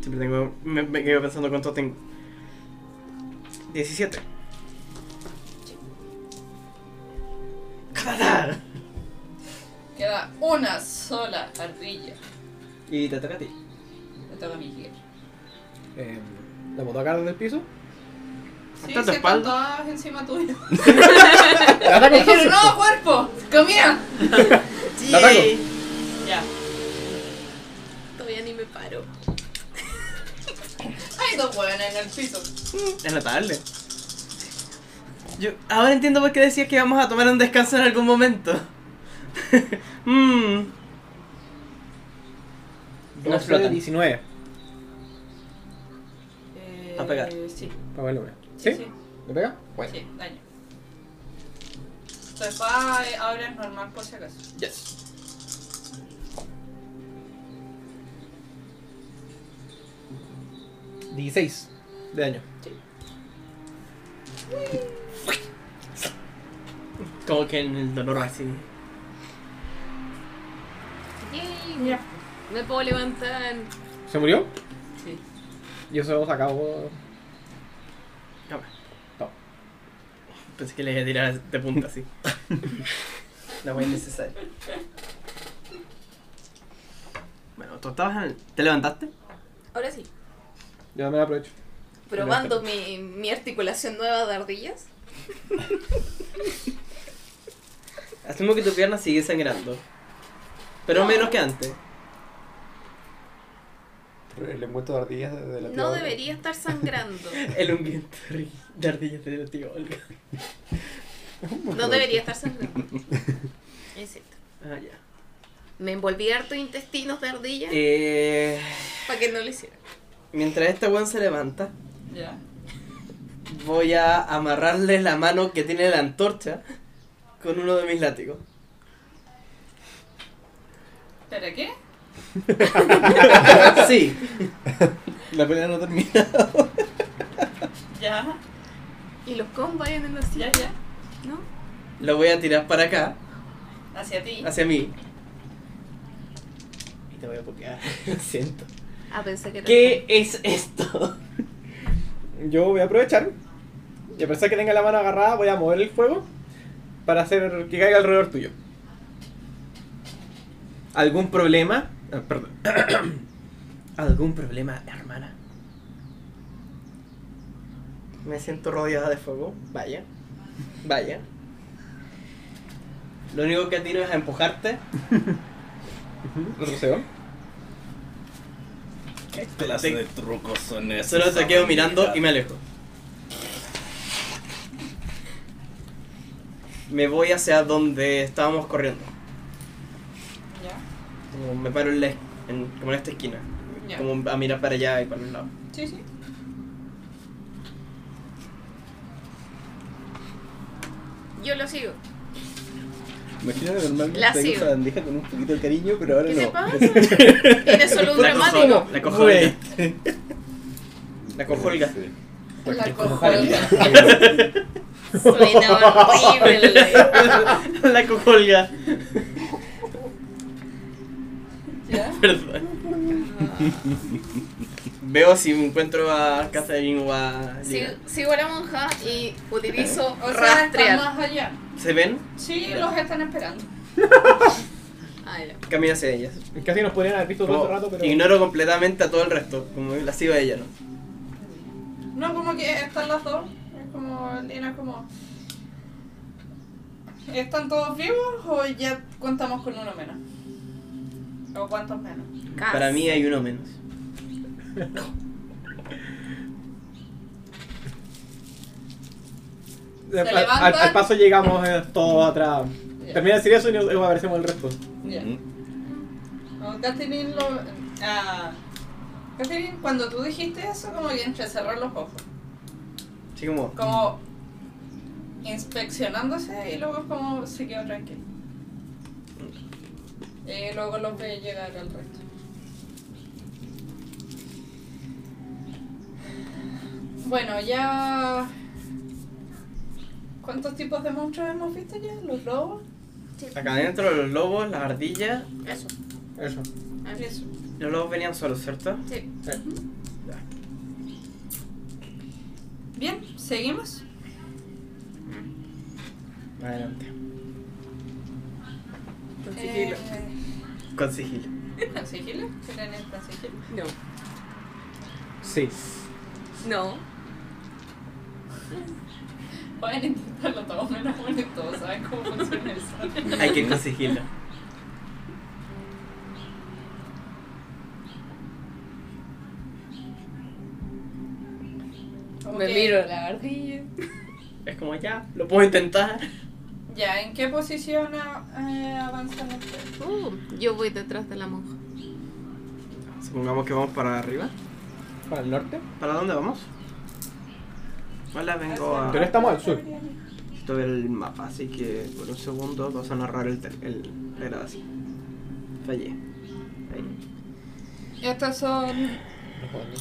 Siempre tengo. Me, me quedo pensando cuánto tengo. 17. ¡Catadá! Queda una sola ardilla. Y te toca a ti. Le toca a Miguel. Eh, ¿La puedo sacar del piso? Sí, Está tu se espalda. todas encima tuyo. ¡La Dijeron, ataco entonces! no, cuerpo, comida. ¡La ataco! Ya. Todavía ni me paro. Hay dos hueones en el piso. En la tarde. Yo ahora entiendo por qué decías que íbamos a tomar un descanso en algún momento. Mmm. No 12, explotan. 19. Eh, A pegar. Sí. Ah, bueno, bueno. Sí, ¿Sí? sí. ¿Le pega? Bueno. Sí, daño. Tu espada eh, ahora es normal por si acaso. Yes. Sí. 16 de daño. Como que en el dolor así. Yay. Me puedo levantar. ¿Se murió? Sí. Y eso se acabó. Ya va. No. Pensé que le iba a tirar de punta así. La wea innecesaria. Bueno, tú estabas en el... ¿Te levantaste? Ahora sí. Ya me la aprovecho. Probando mi, mi articulación nueva de ardillas. Asumo que tu pierna sigue sangrando. Pero menos que antes. Pero el envuelto de ardillas de la tía No Olga. debería estar sangrando. El hundiente de ardillas de la tía Olga. No debería estar sangrando. Es cierto. Ah, ya. Me envolví harto intestinos de ardilla Eh, para que no lo hiciera. mientras este weón se levanta, Ya. voy a amarrarle la mano que tiene la antorcha con uno de mis látigos. ¿Para qué? Sí. La pelea no termina. Ya. Y los con vayan en los Ya, ya. ¿no? Lo voy a tirar para acá, Hacia ti. hacia mí. Y te voy a pokear. Lo siento. Ah, pensé que era. ¿Qué es esto? Yo voy a aprovechar. Y a pesar que tenga la mano agarrada, voy a mover el fuego para hacer que caiga alrededor tuyo. ¿Algún problema? Ah, perdón. ¿Algún problema, hermana? Me siento rodeada de fuego. Vaya. Vaya. Lo único que tiro es a empujarte. Retrocedo. Clase de trucos son esos. Solo te quedo mirando y me alejo. Me voy hacia donde estábamos corriendo. Ya. Como me paro en, la, es- en- como en esta esquina. Ya. Como a mirar para allá y para un lado. Sí, sí. Yo lo sigo. Imagino que normalmente La te sigo. usa bandeja con un poquito de cariño, pero ahora ¿Qué no. te pasa? Eres solo un La cojo, dramático. la cojo. Güey. La cojo Olga. La cojola. Suena horrible. La cojo Olga. Ya. Perdón. Veo si me encuentro a Catherine o a Sigo, Lina. sigo a la monja y utilizo O sea, están rastrear. más allá. ¿Se ven? Sí, Ya. los están esperando. Ah, ya. Camina hacia ellas. Casi nos podrían haber Oh, visto todo Como el rato, pero. Ignoro completamente a todo el resto. Como la sigo a ella, ¿no? No, como que están las dos. Es como, Lina, es como. ¿Están todos vivos o ya contamos con uno menos? ¿O cuántos menos? Cas. Para mí hay uno menos. Al- al- levantan. al, paso llegamos eh, todos atrás. Ya. Termina de decir eso y nos nos aparecemos el resto. Ya. Mm. Como Catherine lo. ah, Catherine, cuando tú dijiste eso, como que entrecerró los ojos. Así como. Como inspeccionándose y luego como se quedó tranquilo. Y luego los ve llegar al resto. Bueno, ya... ¿Cuántos tipos de monstruos hemos visto ya? ¿Los lobos? Acá adentro los lobos, las ardillas. Eso. Eso. Ah, Eso. Los lobos venían solos, ¿cierto? Sí. Bien, seguimos. Adelante. Con sigilo. Eh, Con sigilo. ¿Con sigilo? ¿Quieren ir con sigilo? No. Sí. No. Pueden intentarlo todos menos uno y todos saben cómo funciona eso. Hay que ir con sigilo. Como Me que- miro a la ardilla. Es como ya, lo puedo intentar. Ya, ¿en qué posición a- eh, avanzan ustedes? Uh, yo voy detrás de la monja. Supongamos que vamos para arriba. Para el norte. ¿Para dónde vamos? Hola, ah. vengo a. Pero estamos al sur. Estoy en el mapa, así que por un segundo vas a narrar el, tel- el- la grabación. Fallé. Ahí. Estas son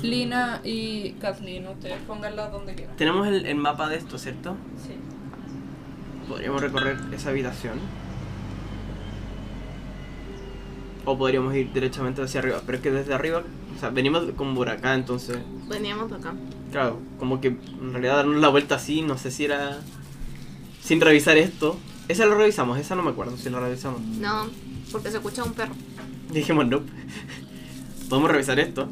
Lina y Kathleen. Ustedes pónganlas donde quieran. Tenemos el, el mapa de esto, ¿cierto? Sí. Podríamos recorrer esa habitación. O podríamos ir directamente hacia arriba. Pero es que desde arriba, o sea, venimos como por acá, entonces. Veníamos de acá. Claro, como que en realidad darnos la vuelta así, no sé si era. Sin revisar esto. Esa la revisamos, esa no me acuerdo si la revisamos. No, porque se escucha un perro. Dijimos, no. Podemos revisar esto.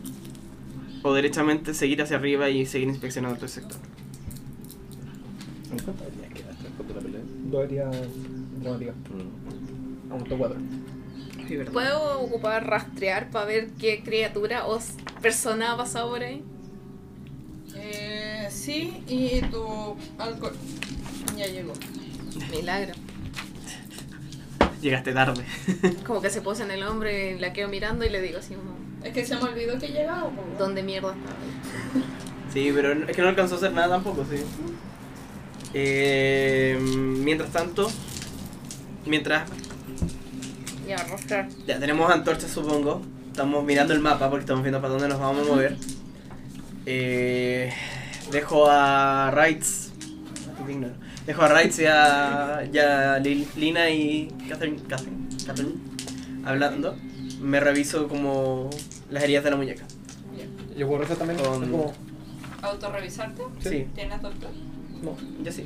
O directamente seguir hacia arriba y seguir inspeccionando todo el sector. ¿En cuánto debería quedar después de la pelea? Dos heridas dramáticas. A un top 4. ¿Puedo ocupar rastrear para ver qué criatura o s- persona ha pasado por ahí? Eh, sí, y tu alcohol. Ya llegó. Milagro. Llegaste tarde. Como que se posa en el hombre, la quedo mirando y le digo así como, Es que se me olvidó que llegaba. ¿dónde mierda está? Sí, pero no- es que no alcanzó a hacer nada tampoco, sí. Eh, mientras tanto, mientras Ya, rastrear. ya tenemos antorchas, supongo, estamos mirando el mapa porque estamos viendo para dónde nos vamos a mover. Eh, dejo a Wrights. Dejo a Wrights y a, y a Lil- Lina y Catherine, Catherine, Catherine hablando. Me reviso como las heridas de la muñeca. Yo puedo rezar también. Con- es como. ¿Autorrevisarte? Sí. ¿Tienes doctor? No. Yo sí.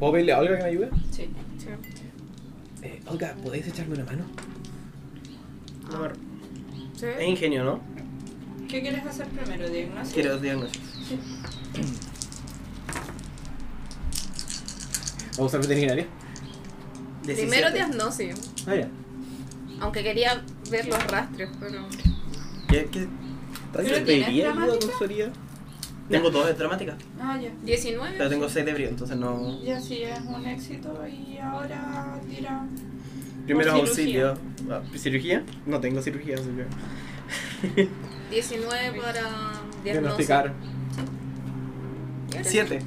¿Puedo pedirle a Olga que me ayude? Sí. Eh, Olga, ¿podéis echarme una mano? No me- ¿Sí? Es ingenio, ¿no? ¿Qué quieres hacer primero, diagnóstico? Quiero diagnóstico. Sí. Vamos a usar veterinaria. 17. Primero diagnóstico. Ah, ya. Aunque quería ver los rastros, pero... ¿Qué, qué? ¿Pero tienes dramática? Tengo dos de dramática, Ah, ya. 19. pero tengo seis de brío, entonces no. Ya sí, es un éxito y ahora tira. Primero Por auxilio. Ah, ¿Cirugía? No tengo cirugía, así que. 19 para diagnóstico. Diagnosticar. ¿Y ahora? Siete.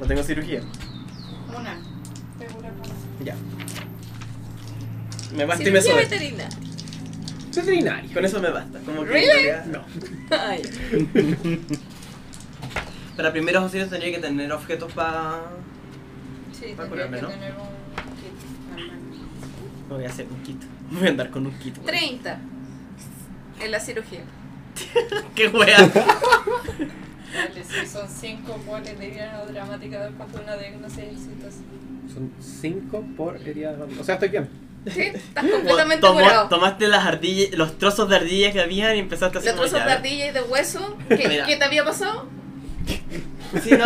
No tengo cirugía. Una. Te cura con una. Ya. Me basta y me eh. Cirugía sobra. veterinaria. Veterinaria. Con eso me basta. Como que en ¿Really? realidad- No. Ay. Para primeros auxilios tendría que tener objetos para. Sí, Para tendría curarme, que ¿no? tener un kit. normal. Me voy a hacer un kit. Voy a andar con un kit. güey. 30. En la cirugía. ¡Qué wea! Vale, sí, son cinco cuales de vida dramática después de una diagnosis exitosa. Son 5 por herida dramática. O sea, estoy bien. Sí, estás completamente Tomó- curado. tomaste las ardillas, los trozos de ardillas que había y empezaste a hacer una Los trozos de llave. ardilla y de hueso, ¿qué, Mira. qué te había pasado? Sí, no,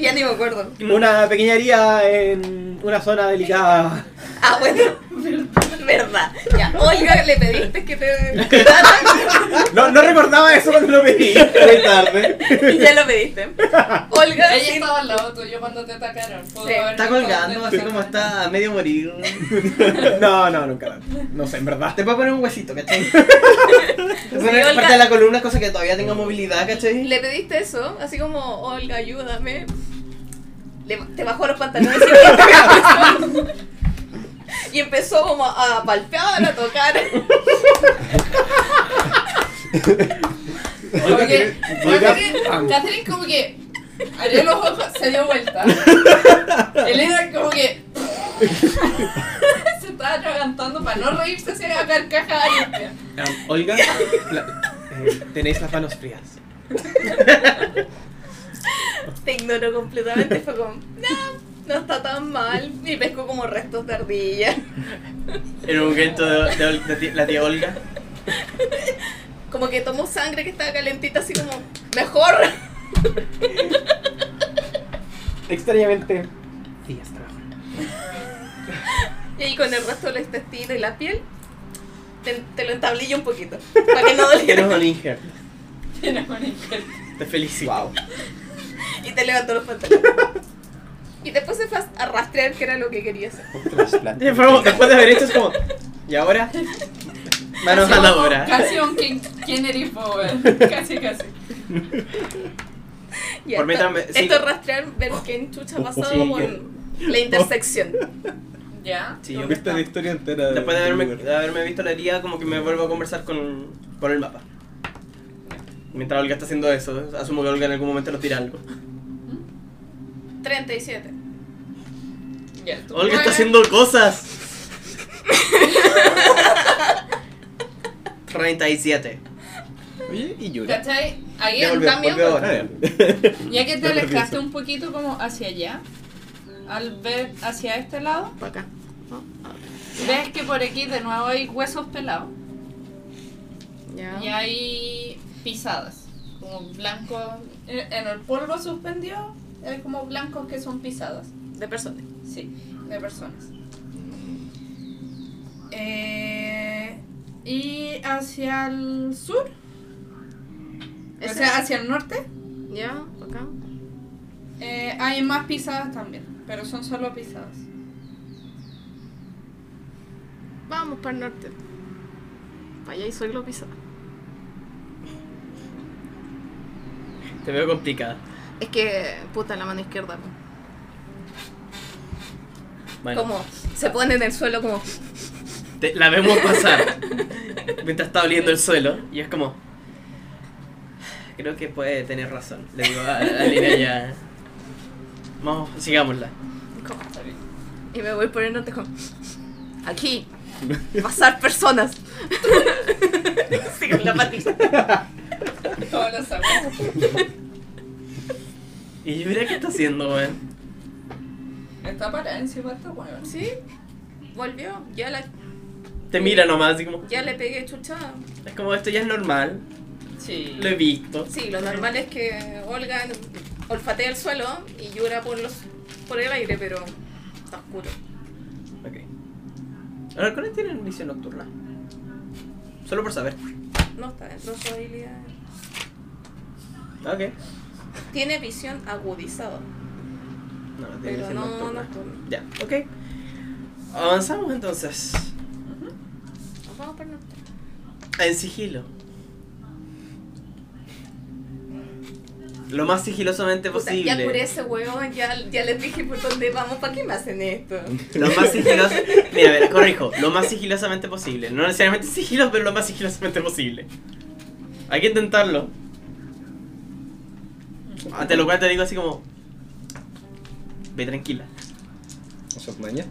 Ya ni me acuerdo. Una pequeña herida en una zona delicada. Ah, bueno, verdad. Ya, Olga, le pediste que te curaran No, no recordaba eso cuando lo pedí. Muy tarde. y ya lo pediste. Olga, Ella sí, estaba al lado tuyo cuando te atacaron. Pudo Sí. haber Está visto colgando, dónde así como pasaron. está a medio morir. No, no, nunca. No sé, en verdad. Te puedo poner un huesito, ¿cachai? Te Sí, pones Olga. parte de la columna, cosa que todavía Mm. tenga movilidad, ¿cachai? le pediste eso, así como, Olga, ayúdame. Le- te bajó los pantalones y te abrazó. y empezó como a palpear, a tocar. Como que- Olga, Catherine, Catherine como que abrió los ojos, se dio vuelta. Elena como que se estaba atragantando para no reírse se era carcajada limpia. Um, Olga, la- eh, tenéis las manos frías. Te ignoró completamente, fue como, no, no está tan mal. Y pescó como restos de ardilla. En un momento de, de- de ti- la tía Olga. Como que tomó sangre que estaba calentita, así como, mejor. Extrañamente frías, trabajo. Y ahí con el resto del intestino y la piel, te, te lo entablillo un poquito. Para que no Tienes doliera. un injer. Tiene un infarto. Te felicito. Y te levantó los pantalones. Y después se fue a rastrear que era lo que quería hacer. Y fue como- Después de haber hecho es como. Y ahora Manos Ah, a la obra. Casi un King Kennedy Power. Casi, casi. Ya, Por esto, mientras me- esto sí. Oh. es rastrear ver qué chucha ha pasado Sí. con la intersección. ¿Ya? Sí, yo- Viste la historia entera. Después de haberme, lugar. de haberme visto la herida, como que me vuelvo a conversar con, por el mapa. Mientras Olga está haciendo eso, asumo que Olga en algún momento nos tira algo. 37. Ya, tú Olga está mueves. haciendo cosas. 37. Oye, y Yuri. ¿Cachai? Ahí Ya volvió, están volvió viendo. ahora. Ya que te Ya volvió alejaste eso. un poquito como hacia allá, al ver hacia este lado, Para acá. ¿no? Ah, ves que por aquí de nuevo hay huesos pelados Ya. y hay pisadas, como blancos, en ¿E-, en el polvo suspendido, es como blancos que son pisadas, De persona. sí, de personas. Eh, y hacia el sur, o Ese- sea, hacia el norte, Ya, para acá. Eh, hay más pisadas también, pero son solo pisadas. Vamos para el norte. Para allá y soy globizada. Te veo complicada. Es que, puta, la mano izquierda. po. Bueno, Como se pone en el suelo como... te- la vemos pasar mientras está oliendo el suelo y es como. Creo que puede tener razón. Le digo a, a Lina ya. Vamos, sigámosla. como- Y me voy por el norte como... Aquí. Pasar personas. sí, con la patita. Como los sapos. Y yo, mira qué está haciendo, weón. Está parada encima de esta hueá. Sí. Volvió. Ya, la, Te mira nomás, así como. ya le pegué chuchada. Es como esto ya es normal. Sí. Lo he visto. Sí, lo normal es que Olga olfatea el suelo y llora por los por el aire, pero está oscuro. Ok. Los halcones tienen visión nocturna. Solo por saber. No está dentro de su habilidad. Ok. Tiene visión agudizada, No, no tiene pero visión no nocturna. nocturna. Ya, ok. Avanzamos entonces. Nos vamos para el norte. En sigilo. Lo más sigilosamente Puta, ya curé posible. ese huevón, ya, ya les dije por dónde vamos, ¿para qué me hacen esto? Lo más sigilos... Mira, a ver, corrijo. Lo más sigilosamente posible. No necesariamente sigilos, pero lo más sigilosamente posible. Hay que intentarlo. Ante lo cual te digo así como... Ve tranquila. ¿No se maña?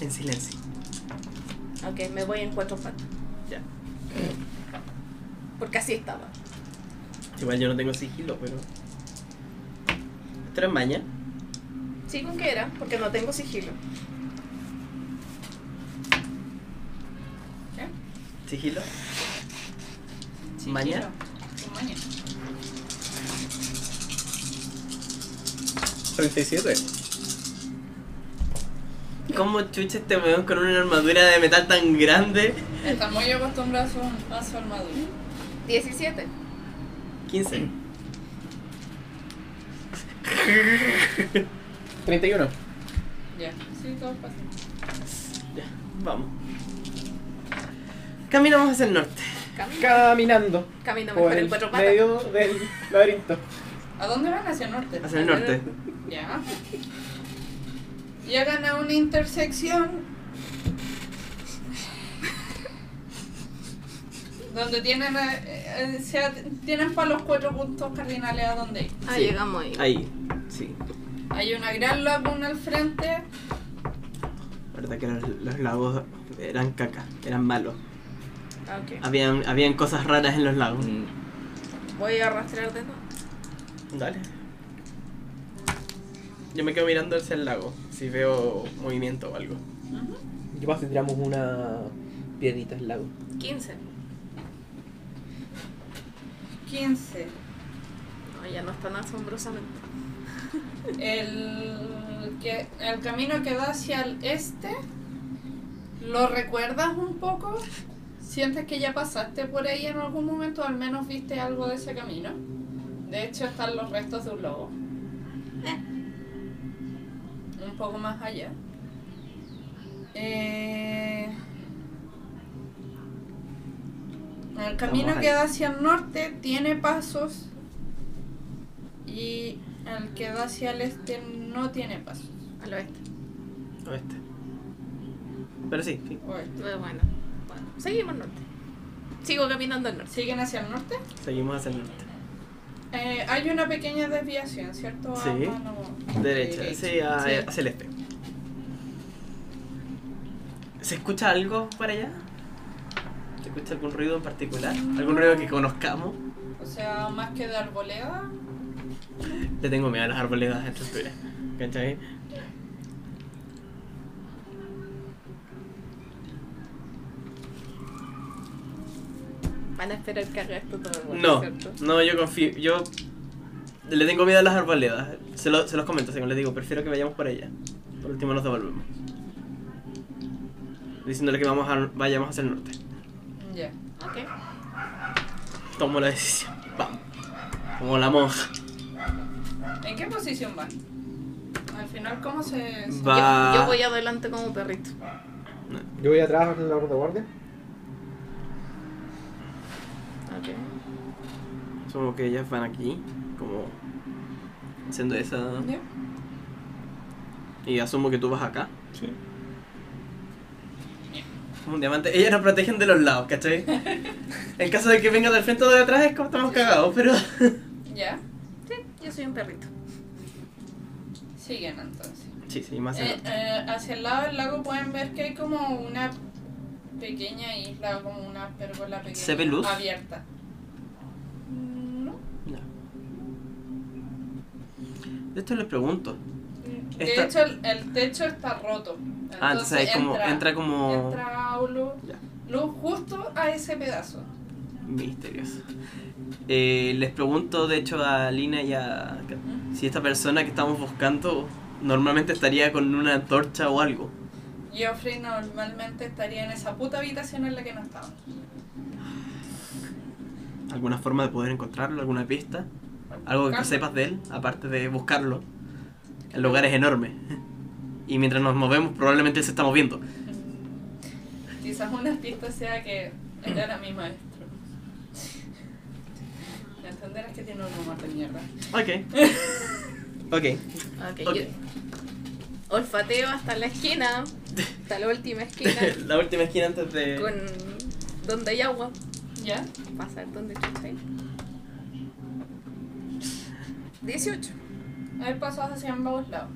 En silencio. Ok, me voy en cuatro patas. Ya. Porque así estaba. Igual yo no tengo sigilo, pero... ¿Esto era maña? Sí, ¿con qué era? Porque no tengo sigilo. ¿Sigilo? Sí, ¿Maña? quiero. Maña. 37. ¿Cómo chucha este weón con una armadura de metal tan grande? Está muy acostumbrado a su, a su armadura. 17. 15. 31. Ya. Sí, todo pasa. Ya, vamos. Caminamos hacia el norte. Camina, Caminando. camina Por mejor en el cuatro patas. medio del laberinto. ¿A dónde van? Hacia el norte. Hacia el norte. Ya. Llegan a una intersección donde tienen, eh, eh, o sea, tienen para los cuatro puntos cardinales a donde ir. Ah, Sí. llegamos ahí. Ahí, sí. Hay una gran laguna al frente. La verdad que los, los lagos eran caca, eran malos. Ah, ok. Habían, habían cosas raras en los lagos. Voy a arrastrar de nuevo. Dale. Yo me quedo mirando hacia el lago, si veo movimiento o algo. ¿Qué pasa si tiramos una piedrita al lago? 15. 15. No, ya no están asombrosamente. El, que, el camino que da hacia el este, ¿lo recuerdas un poco? ¿Sientes que ya pasaste por ahí en algún momento? Al menos viste algo de ese camino. De hecho, están los restos de un lobo. Un poco más allá. Eh, El camino Vamos que ahí. da hacia el norte tiene pasos y el que da hacia el este no tiene pasos. Al oeste. Oeste. este. Pero sí, sí, Oeste. Bueno, bueno. Seguimos norte. Sigo caminando al norte. ¿Siguen hacia el norte? seguimos hacia el norte. Eh, hay una pequeña desviación, ¿cierto? A Sí. mano Derecha, sí, a- Sí. hacia el este. ¿Se escucha algo para allá? ¿Se escucha algún ruido en particular? ¿Algún ruido que conozcamos? O sea, más que de arboleda. Le tengo miedo a las arboledas estas alturas. ¿Cachai? Van a esperar que haga esto todo el mundo, No, ¿cierto? no, yo confío. Yo le tengo miedo a las arboledas. Se, lo- se los comento, según les digo, prefiero que vayamos por allá. Por último nos devolvemos. Diciéndole que vamos a- vayamos hacia el norte. Ya. Ok. Tomo la decisión. Vamos. Como la monja. ¿En qué posición van? Al final, ¿cómo se.? se- Va. Yo, yo voy adelante como perrito. Yo voy atrás en la ronda guardia. Ok. Supongo que ellas van aquí, como haciendo esa. Ya. Y asumo que tú vas acá. Sí. Como un diamante. Ellas nos protegen de los lados, ¿cachai? en caso de que venga del frente o de atrás, es como estamos cagados, pero. Ya. Sí, yo soy un perrito. Siguen entonces. sí, sí, más. Eh, eh, hacia el lado del lago pueden ver que hay como una pequeña isla, como una pérgola pequeña. ¿Se ve luz? Abierta. Mm, No. No. De esto les pregunto. De Está- hecho, el, el techo está roto. Ah, entonces ahí como- entra como- Entra luz, Ya. luz justo a ese pedazo. Misterios. Eh, les pregunto, de hecho, a Lina y a. Si esta persona que estamos buscando normalmente estaría con una antorcha o algo. Geoffrey normalmente estaría en esa puta habitación en la que no estaba. ¿Alguna forma de poder encontrarlo? ¿Alguna pista? ¿Algo que Buscarlo. sepas de él? Aparte de buscarlo. El lugar es enorme. Y mientras nos movemos, probablemente él se está moviendo. Quizás una pista sea que era mi maestro. Entenderás que tiene un humor de mierda. Ok. Ok. Ok, Ok. yo olfateo hasta la esquina, hasta la última esquina, La última esquina antes de. con donde hay agua, ¿Ya? pasar donde chucha hay. 18. Hay pasos hacia ambos lados.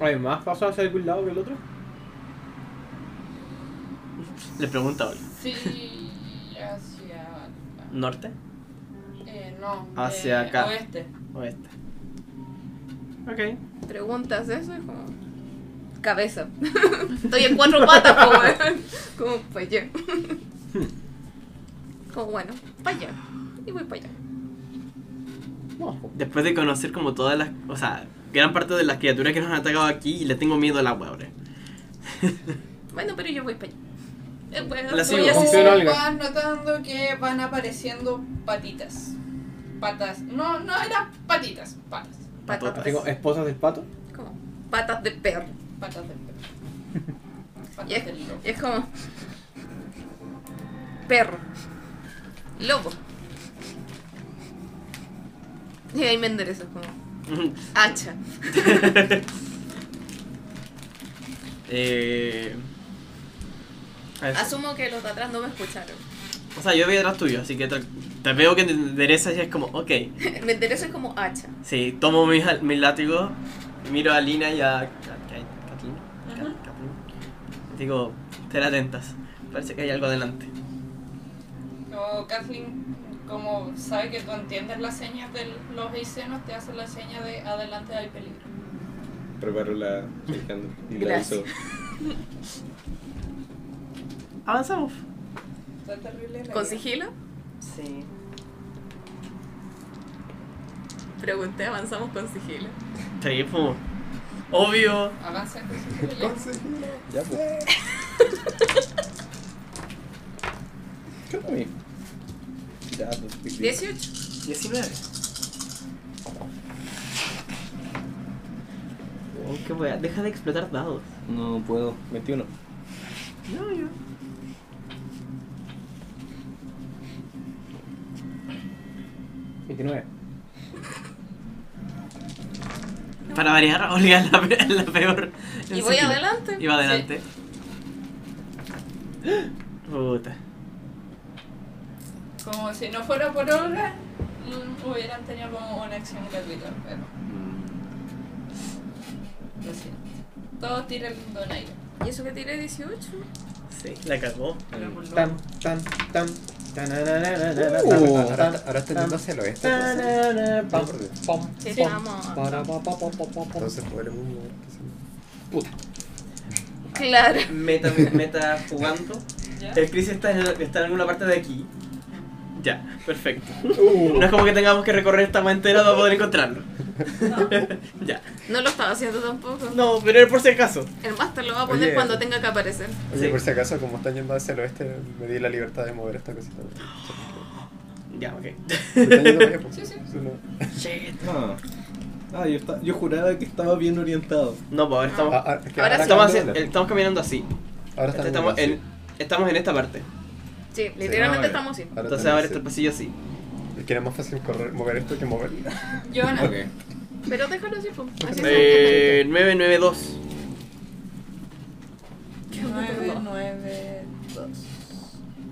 ¿Hay más pasos hacia algún lado que el otro? Les pregunto ahora. Sí, hacia. ¿Norte? Eh, no. Hacia eh, acá. Oeste. ¿Oeste? Ok. Preguntas eso y como. Cabeza. Estoy en cuatro patas, po, weón. Como pa' allá. Como bueno, pa' allá. Y voy pa' allá. Después de conocer como todas las... O sea, gran parte de las criaturas que nos han atacado aquí y le tengo miedo al agua ahora. Bueno, pero yo voy pa' allá. Eh, bueno, La voy sigo. a hacer- Funciona algo. Vas notando que van apareciendo patitas. Patas. No, no eran patitas. Patas. Patatas. Tengo esposas del pato. Como patas de perro. Patas del perro. Y Patas es, del lobo. y es como. Perro. Lobo. Y ahí me enderezo como. Hacha. eh... a ver. Asumo que los de atrás no me escucharon. O sea, yo voy detrás tuyo, así que te, te veo que te enderezas y es como, ok. me enderezo como hacha. Sí, tomo mis, al- mis látigos, miro a Lina y a... Ca- Ca- Catlina, Ca- Catlina. Digo, estén atentas. Parece que hay algo adelante. Como Kathleen, como sabe que tú entiendes las señas de los eisenos, te hace la seña de adelante hay peligro. Preparo la Skyhander y la Gracias. uso. Avanzamos. Está terrible. la Con vida. sigilo, Sí. pregunté, avanzamos con sigilo. Sí, como, obvio. Avanza con sigilo. ya. Ya, pues. ¿Qué comí? Ya, pues. 18. 19. Oh, qué wea. Deja de explotar dados. No puedo. 21. No, yo. 29. Para variar, Olga es la, pe- es la peor. Y voy adelante. Y va adelante. Puta. Como si no fuera por Olga, mm, hubieran tenido como una acción gratuita, pero. Lo siento. Todos tiran donaire. ¿Y eso que tiré 18? Sí, la cagó. Tan, tan, tan. ahora- ahora- ahora está yendo hacia el oeste, entonces. Sí, vamos. Entonces podremos mover. Puta. Claro. Meta, meta jugando. El Chris está en, está en alguna parte de aquí. Uh. Ya, perfecto. No es como que tengamos que recorrer esta mano entera para poder encontrarlo. ya. No lo estaba haciendo tampoco. No, pero era por si acaso. El máster lo va a poner Oye. cuando tenga que aparecer. Oye, por si acaso, como están yendo hacia el oeste, me di la libertad de mover esta cosita. Ya, ok. Están yendo para allá, pues. Sí, no. Ah, Ah, yo, esta- yo juraba que estaba bien orientado. No, pues ahora estamos. Ah, ah, es que ahora ahora estamos, cambiando. hacia- estamos caminando así. Ahora Este, estamos, estamos en, estamos en esta parte. Sí, Ah, literalmente estamos así. ahora Entonces también, ahora sí. está el pasillo así. Es que era más fácil correr, mover esto que moverlo. Yo no. Ok. Pero déjalo así, pues. Así Eh, 992. 9, 9, 2.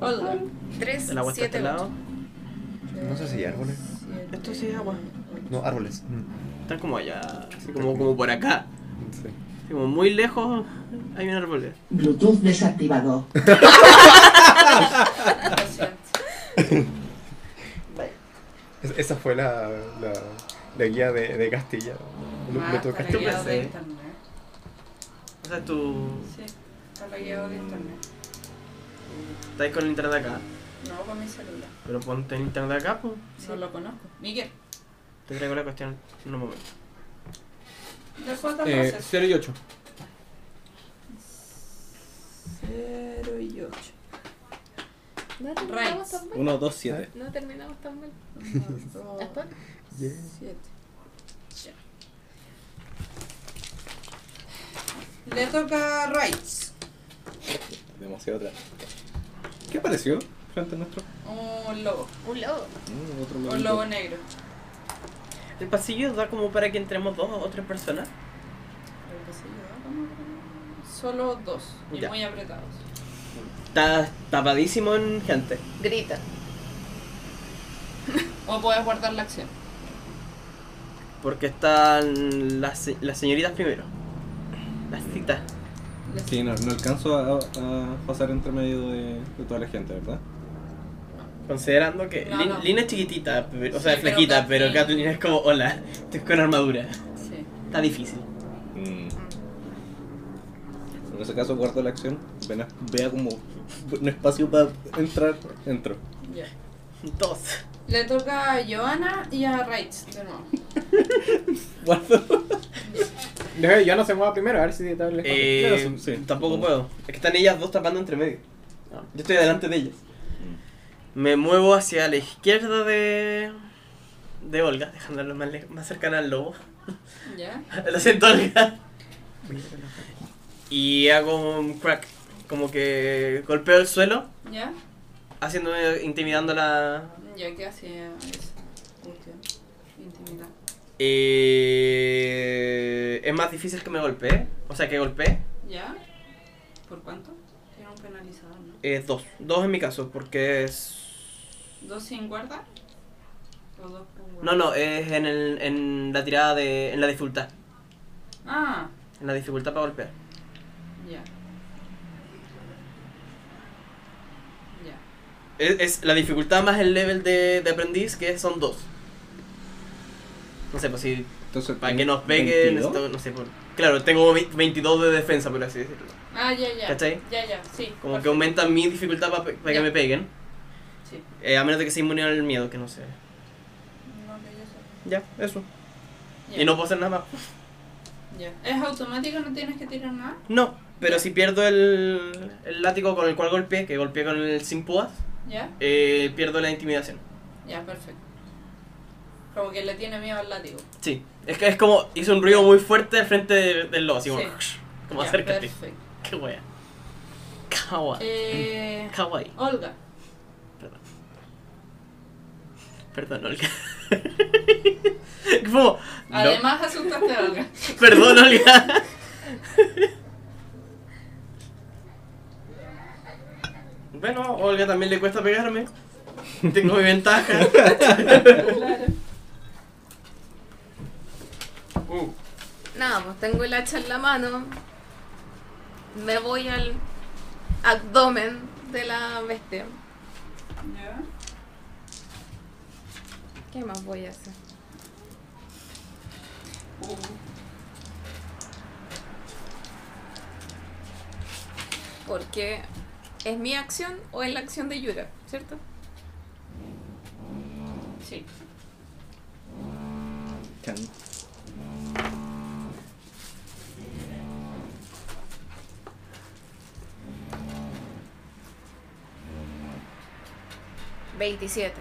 Hola. 3, El agua está a este lado. No sé si hay árboles. Esto sí es agua. No, árboles. Mm. Están como allá, así como, como por acá. Así como muy lejos hay un árbol. Bluetooth desactivado. Es- esa fue la, la, la guía de, de Castilla. Lo, Ah, lo tocó para Castilla. guiado de Sí. internet. O sea, tú Sí, para guiado de internet. estás con el internet acá, No con mi celular. pero ponte el internet acá, pues No lo conozco. Miguel, te traigo la cuestión en un momento. después de Eh, frases. 0 y 8. 0 y 8. No terminamos tan mal. Uno, dos, siete. No terminamos tan mal. Después. 7. Le toca a Raids. Demasiado atrás. ¿Qué apareció frente a nuestro? Un lobo. Un lobo. Mm, otro Un lobito. lobo negro. El pasillo da como para que entremos dos o tres personas. Creo que sí, ¿no? ¿Cómo? Solo dos. Y Ya. muy apretados. Está tapadísimo en gente. Grita. O puedes guardar la acción. Porque están las, se- las señoritas primero. Las citas. Sí, no, no alcanzo a, a pasar entre medio de, de toda la gente, ¿verdad? Considerando que No, Lin- no. Lina es chiquitita, pero- o Sí, sea, es pero flaquita, Kathleen- pero Kathleen es como, hola, estoy con armadura. Sí. Está difícil. Mm. En ese caso guardo la acción, vena- vea como un espacio para entrar, entro. Ya. Dos. Le toca a Joana y a Raids de nuevo. Deja, ya no se mueva primero, a ver si te abre el espacio. Claro, Eh, son- tampoco puedo. Es que están ellas dos tapando entre medio. Yo estoy delante de ellas. Mm. Me muevo hacia la izquierda de. de Olga, dejándola más, le- más cercana al lobo. ¿Ya? Lo siento, Olga. Y hago un crack. Como que golpeo el suelo, ¿Ya? haciéndome. intimidándola. Ya que hacía esa cuestión. Intimidad. Eh, es más difícil que me golpee. O sea, que golpee. ¿Ya? ¿Por cuánto? Tiene un penalizador, ¿no? eh, dos. Dos en mi caso, porque es. ¿Dos sin guarda? ¿O dos con No, guarda? no, es en, el, en la tirada de. en la dificultad. Ah, En la dificultad para golpear. ya. Ya. Es, es la dificultad más el level de, de aprendiz, que son dos. No sé, pues si. para que nos pegue, 22? necesito- no sé. por- claro, tengo ve- 22 de defensa, por así decirlo. Ah, ya, ya. ¿Cachai? Ya, ya, sí. Como que aumenta mi dificultad para que Ya. me peguen. Sí. Eh, a menos de que sea inmune al miedo, que no sé. No, que yo sé. Ya, eso. Ya. Y no puedo hacer nada más. Ya. ¿Es automático? ¿No tienes que tirar nada? No, pero si pierdo el, el látigo con el cual golpeé, que golpeé con el sin púas, ¿Ya? eh, pierdo la intimidación. Ya, perfecto. Como que le tiene miedo al látigo. Sí, es que es como hizo un ruido muy fuerte al frente de- del lobo, así como, Sí. como Ya, acércate. perfecto. Qué wea. Kawa. Eh, Kawaii. Olga. Perdón. Perdón, Olga. Como, no. Además, asustaste a Olga. Perdón, Olga. Bueno, a Olga también le cuesta pegarme. Tengo mi ventaja. Uh, Nada, pues tengo el hacha en la mano. Me voy al abdomen de la bestia. Ya. ¿Qué más voy a hacer? Porque es mi acción o es la acción de Yura, ¿cierto? Sí. Chan. Veintisiete. 27.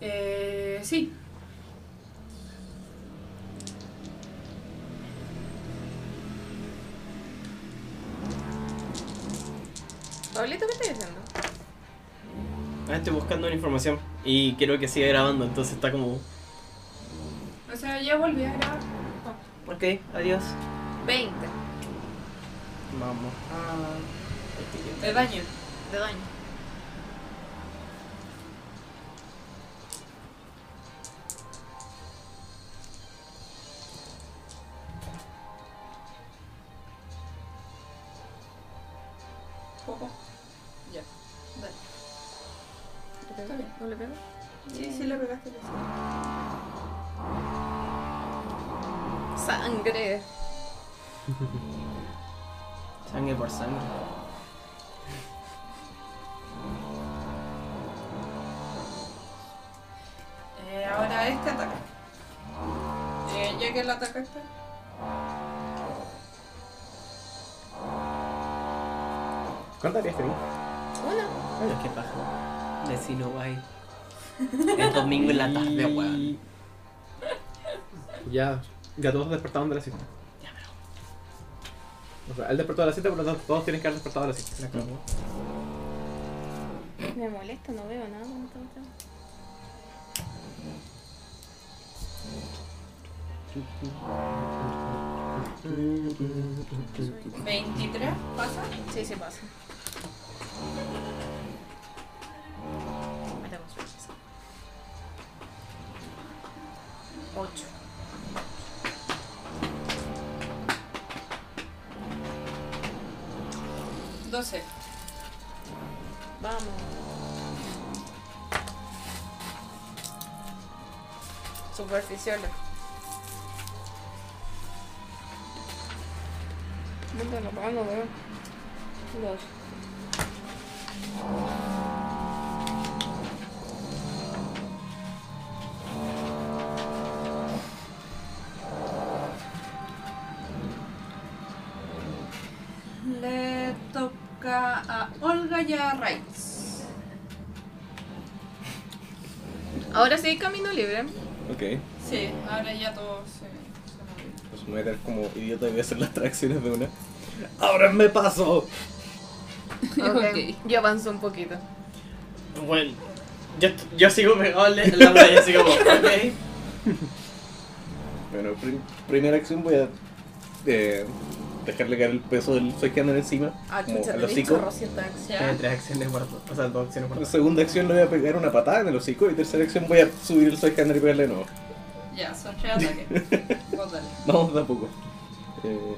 Eh, sí. Pablito, ¿qué estás diciendo? ah, estoy buscando una información y quiero que siga grabando, entonces está como. O sea, ya volví a grabar. Ok, adiós. 20 Vamos. De daño. de daño. Poco. Ya. Dale. ¿Le pego? ¿No le pego? Sí, sí, le pegaste. le sí. Sangre. Sangre por sangre. Eh, ahora este ataca. Eh, ya que lo atacaste. ¿Cuántas áreas tenemos? Una. Pero qué paja. Vecino guay. Es domingo en la tarde, weón. Ya, ya todos despertaron de la siesta. Ya, pero. O sea, él despertó de la siesta, por lo tanto todos tienen que haber despertado de la Mm. siesta. Me molesta, no veo nada. no tengo nada. ¿23? ¿Pasa? Sí, sí pasa. Matamos switches. Ocho. Doce. Vamos. Superficiales. Puta la mano, weón. Dos. Le toca a Olga y a Raiz. Ahora sí, camino libre. Ok. Sí, ahora ya todos se, se movieron. Pues me voy a dar como idiota y voy a hacer las tracciones de una. ¡Ahora me paso! Ok. Yo avanzo un poquito. Bueno, yo, yo sigo pegado en la- en la playa, así como, ok. Bueno, prim- primera acción voy a eh, dejarle caer el peso del Soycander encima. Ah, como chucha, al tenéis hocico. chorrocientas acciones. Tiene tres acciones guardadas, o sea, dos acciones En guardadas. segunda acción le voy a pegar una patada en el hocico. Y tercera acción voy a subir el Soycander y pegarle de nuevo. Ya, son tres ataques. Vos dale. Vamos de a poco. Eh...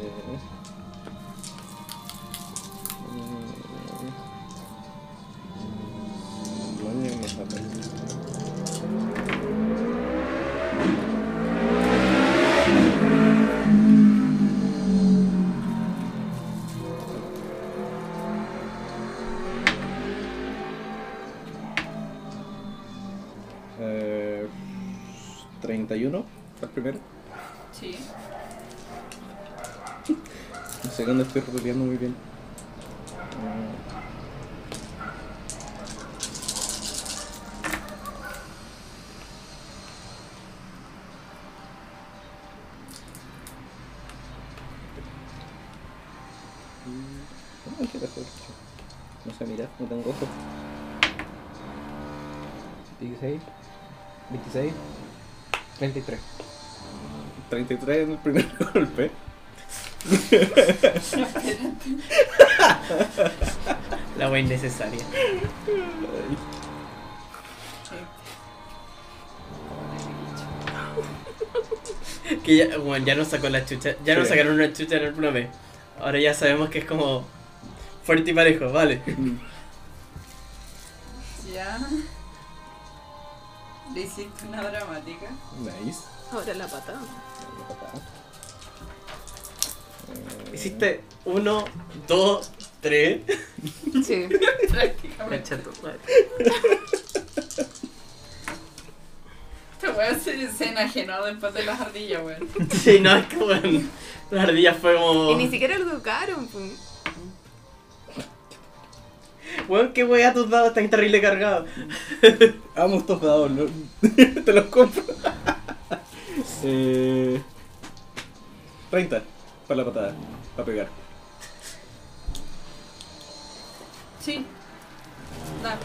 Eh, 31 al primero. Sí. No sé dónde estoy roleando muy bien. Ay, qué casual. No sé mirar, no tengo ojos. 16, 26, 33. 33 en el primer golpe. La wea innecesaria. Que ya, bueno, ya nos sacó la chucha. Ya nos Sí. sacaron una chucha en el vez. Ahora ya sabemos que es como fuerte y parejo, vale. Ya. Le hiciste una dramática. Nice. Ahora la patada. Hiciste uno, dos, tres. Sí. Concha tu madre. Esta weá Este se, se enajenó después de las ardillas, weón. Sí, no, es que bueno. Las ardillas fue como. Y ni siquiera lo educaron. pum. Weón, qué wea tus dados están terrible cargados. Amo estos dados, ¿no? te los compro. eh, 30 para la patada, para pegar. Sí. Da.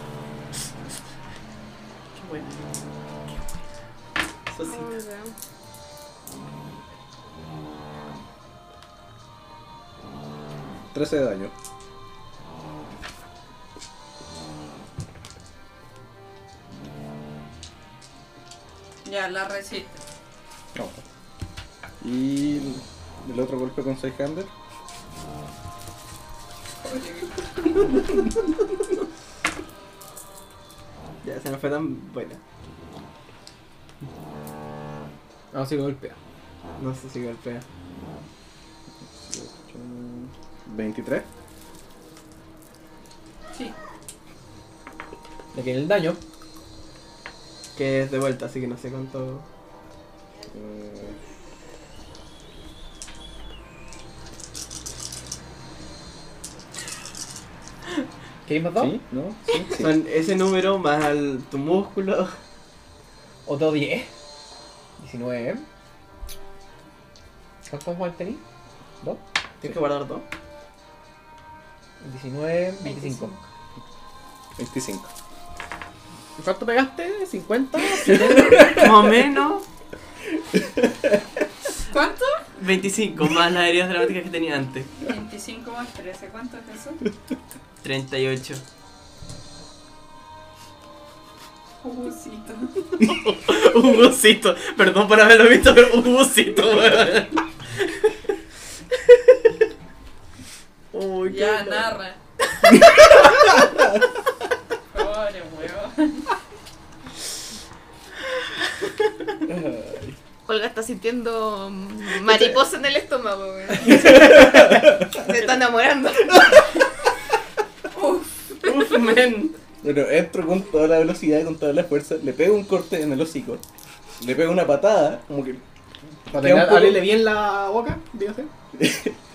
Qué bueno. Qué bueno. Sosito. Oh, 13 de daño. Ya, la resiste. No. Y el- el otro golpe con 6 hander. Ya, se nos fue tan buena. No, Ah, sí golpea. No sé si golpea. Mm, 23. Sí. Le queda el daño. Que es de vuelta, así que no sé cuánto. Eh, ¿Queréis más dos? ¿Sí? ¿No? Sí, sí. Son ese número más al- tu músculo. Otro 10. 19. ¿Cuántos más tenéis? ¿Dos? Tienes que guardar dos. 19, 25. 25. ¿Cuánto pegaste? ¿50? Más o menos. ¿Cuánto? 25 más las heridas dramáticas que tenía antes. 25 más 13, ¿cuánto es eso? 38. Jugosito. un bucito. Perdón por haberlo visto, pero un bucito, weón. Uy, qué Ya, bueno. narra. Pobre weón. Olga está sintiendo mm, mariposa en el estómago. güey. Se está enamorando. Uf, men. Bueno, entro con toda la velocidad, con toda la fuerza, le pego un corte en el hocico, le pego una patada, como que Queda un Para tener, poco- abrirle bien la boca, dígase.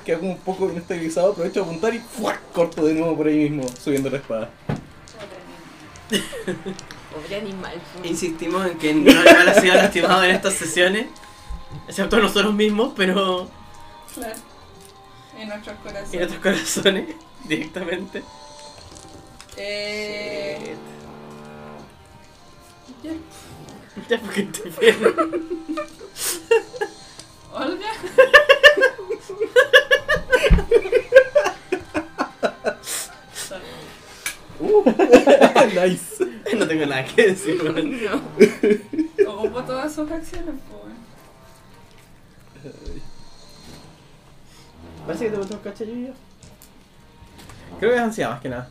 queda como un poco inestabilizado, aprovecho a apuntar y ¡fua! corto de nuevo por ahí mismo, subiendo la espada. Pobre animal. güey. Insistimos en que no animal ha sido lastimado en estas sesiones. Excepto nosotros mismos, pero Claro. En nuestros en corazones. otros corazones directamente. Eh. Ya. Ya porque te pierdo. Olga. Sorry. nice. No tengo nada que decir, weón. No. Ocupo todas sus acciones, pues. Parece que te botó un cacho de lluvia. Creo que es ansiedad más que nada.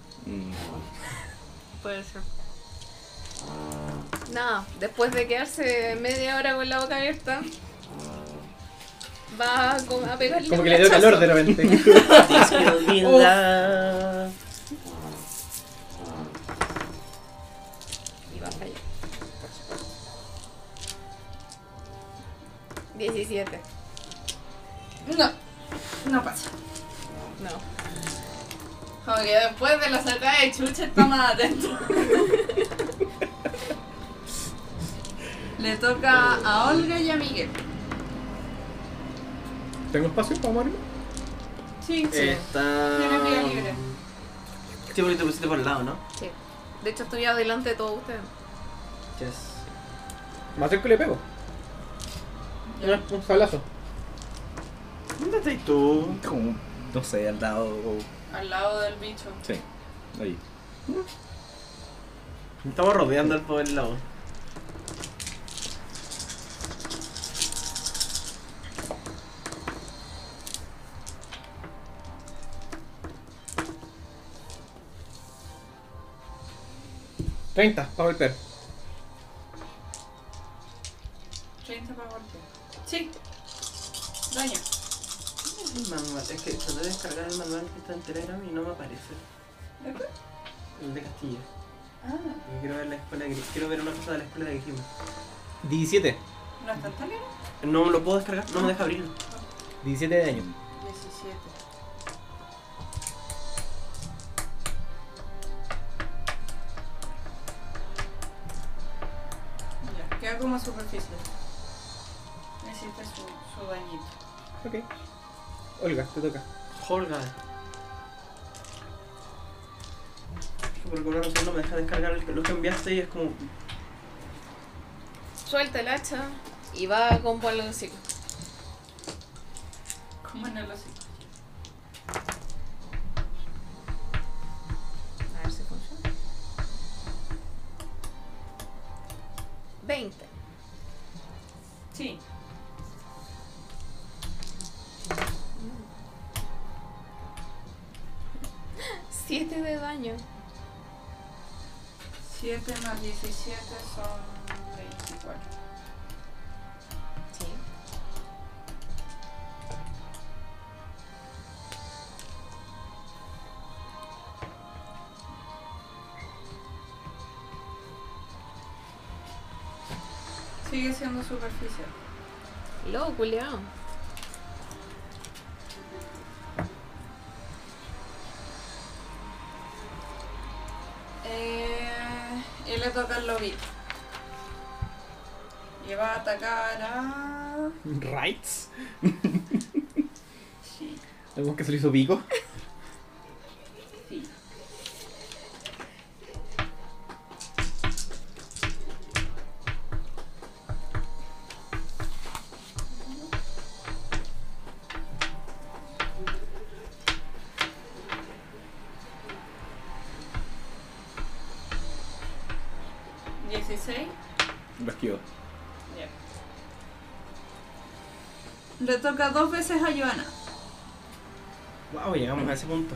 Puede ser. Nada, después de quedarse media hora con la boca abierta, va a, co- a pegarle. Como un que le dio hachazo. calor de repente. This will be Uf. love. Y va a fallar. 17. No, no pasa. No. Como que después de la sacada de chucha está más atento. Le toca a Olga y a Miguel. ¿Tengo espacio para morir? Sí, sí. Está. Tiene vía libre. Sí, porque te pusiste por el lado, ¿no? Sí. De hecho, estoy adelante de todos ustedes. Yes. Más que le pego. Un salazo. ¿Dónde estás tú? Como, no sé, al lado. o- Al lado del bicho. Sí, ahí. Estamos rodeando al pobre lado. Treinta, para golpear. 30 para golpear. Sí. Daño. El manual, es que traté de descargar el manual que está entero y no me aparece. ¿De cuál? El de Castilla. Ah, Yo Quiero ver la escuela de- quiero ver una cosa de la escuela de Gijima. 17. ¿no está tan lejos? No lo puedo descargar, no me deja abrirlo. 17 de daño. 17. Ya, queda como superficie. Necesita su, su dañito. Ok. Olga, te toca. Holga. Por alguna razón no me deja descargar el- lo que enviaste y es como. Suelta el hacha y va a componer el hocico. ¿Cómo no lo sé? A ver si funciona. 20. Sí. Siete de daño. 7 más 17 son 24. Sí. Sigue siendo superficial. Loco, culiao. Eh, y le toca el lobito. Y va a atacar a. Rights. Sí, Tenemos que se le hizo pico. sí. Dieciséis. Lo esquivo. Ya. Le toca dos veces a Joana. Wow, llegamos a ese punto.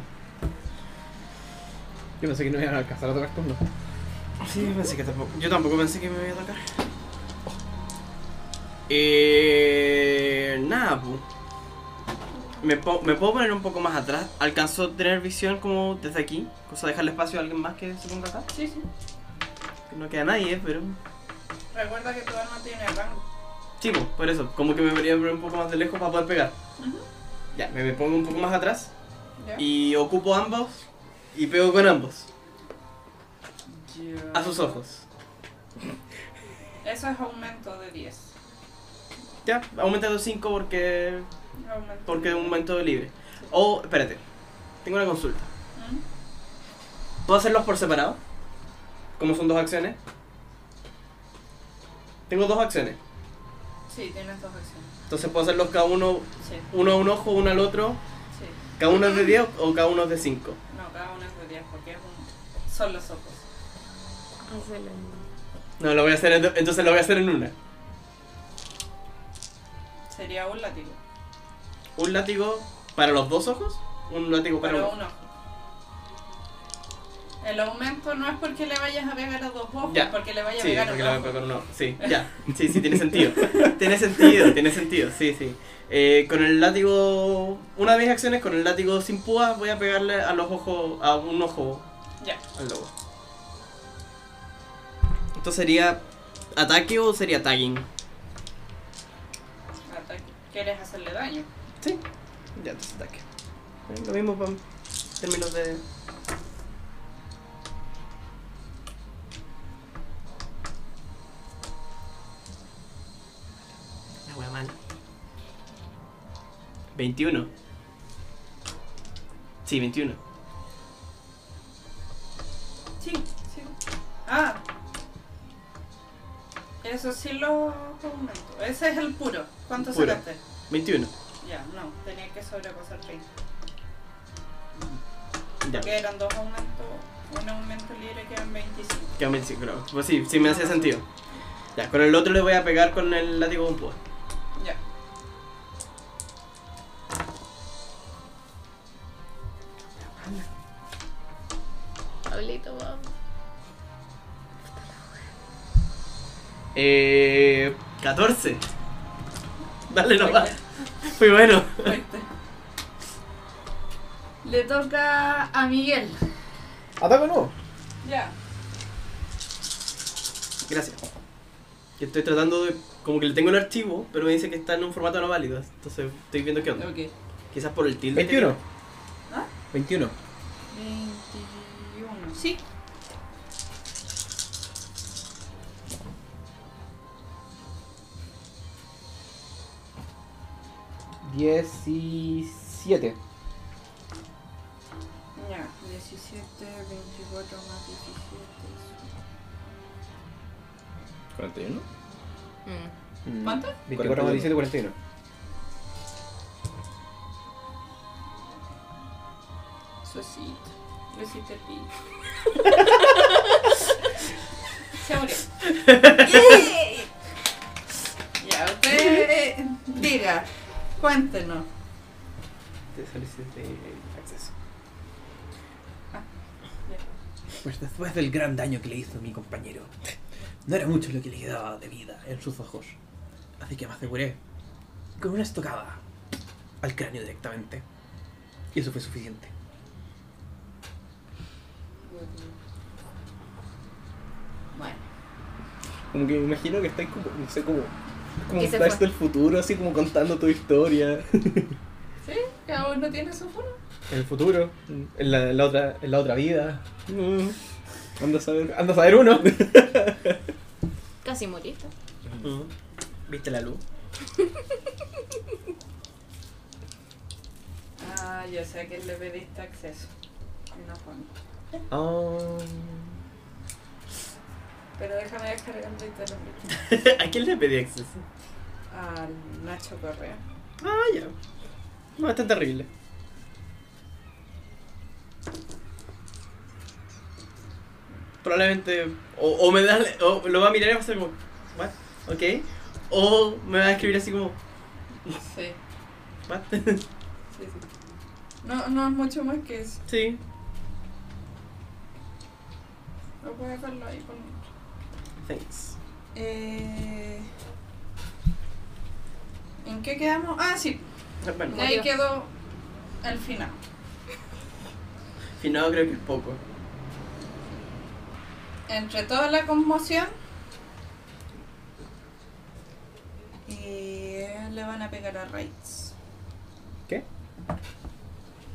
Yo pensé que no iban a alcanzar a tocar turno. Sí, pensé que tampoco. Yo tampoco pensé que me iba a tocar. Eh. Nada, pu. Me, po- me puedo poner un poco más atrás. ¿Alcanzó a tener visión como desde aquí? Cosa dejarle espacio a alguien más que se ponga acá. Sí, sí. Que no queda nadie, pero. Recuerda que tu arma tiene rango. Sí, pu, por eso. Como que me debería poner un poco más de lejos para poder pegar. Ujú. Ya, me, me pongo un poco más atrás. Ya. Y ocupo ambos. Y pego con ambos. Ya. A sus ojos. Eso es aumento de 10. Ya, aumentado 5 porque Aumento. Porque es un momento libre. O, espérate, tengo una consulta. ¿Mm? ¿Puedo hacerlos por separado? Como son dos acciones. Tengo dos acciones. Sí, tienes dos acciones. Entonces puedo hacerlos cada uno, Sí, uno a un ojo, uno al otro. sí. Cada uno es de 10 o cada uno es de 5. No, cada uno es de 10 porque es un... son los ojos. Hazle. No, lo voy a hacer, en do- entonces lo voy a hacer en una. Sería un látigo. Un látigo para los dos ojos, un látigo para Pero uno. un ojo. El aumento no es porque le vayas a pegar a dos ojos, Ya. porque le vayas Sí, a pegar porque a la un voy a ojo. pegar un ojo. Sí, ya. Sí, sí, tiene sentido. tiene sentido, tiene sentido. Sí, sí. Eh, con el látigo. Una de mis acciones, con el látigo sin púa, voy a pegarle a los ojos. a un ojo Ya. al lobo. ¿Esto sería ataque o sería tagging? Ataque. ¿Quieres hacerle daño? Sí. Ya, entonces ataque. Eh, Lo mismo para términos de. La wea mala. 21. Sí, 21. Ah. Eso sí lo aumento. Ese es el puro. ¿Cuánto Puro. sacaste? 21. Ya, no. Tenía que sobrepasar 30. Ya. Porque eran dos aumentos. Un aumento libre que eran 25. Quedan 25 grados. Pues sí, sí me hace sentido. Ya, con el otro le voy a pegar con el látigo con púa. Ya. Pablito, vamos. Eh. 14. Dale nomás. Muy bueno. Le toca a Miguel. Ataco no. Ya. Gracias. Que estoy tratando de. Como que le tengo el archivo, pero me dice que está en un formato no válido. Entonces estoy viendo qué onda. Ok. Quizás por el tilde. que- 21. ¿Ah? 21. 21. Sí. Diecisiete. Ya. 17, 24 más 17. ¿41? Mm. ¿Cuánto? 24 más 17, 41. Suecito. Suecito el pillo. Se murió. ya, usted eh, diga, cuéntenos. Te solicité acceso. Pues después del gran daño que le hizo mi compañero, no era mucho lo que le quedaba de vida en sus ojos. Así que me aseguré con una estocada al cráneo directamente. Y eso fue suficiente. Bueno. Como que me imagino que estáis como, no sé, como, como Que un se flash fue. del futuro, así como contando tu historia. ¿Sí? ¿Cada uno tiene su forma? En el futuro, en la, en la otra, en la otra vida. Mm, Anda a saber. Anda a saber uno. Casi moriste. ¿Viste la luz? Ah, yo sé que le pediste acceso. No Juan. Ah. Pero déjame descargarlo y te lo envío. ¿A quién le pedí acceso? Al Nacho Correa. Ah, ya. No, es tan terrible. Probablemente. O, o me da. O lo va a mirar y va a ser como. ¿What? ¿Ok? O me va a escribir así como. Sí. ¿What? Sí, sí. No, no es mucho más que eso. Sí. Lo voy a dejarlo ahí por mientras. Thanks. Eh, ¿En qué quedamos? Ah, sí. Bueno, De ahí quedó al final. finado creo que es poco. Entre toda la conmoción. Y eh, le van a pegar a Raids.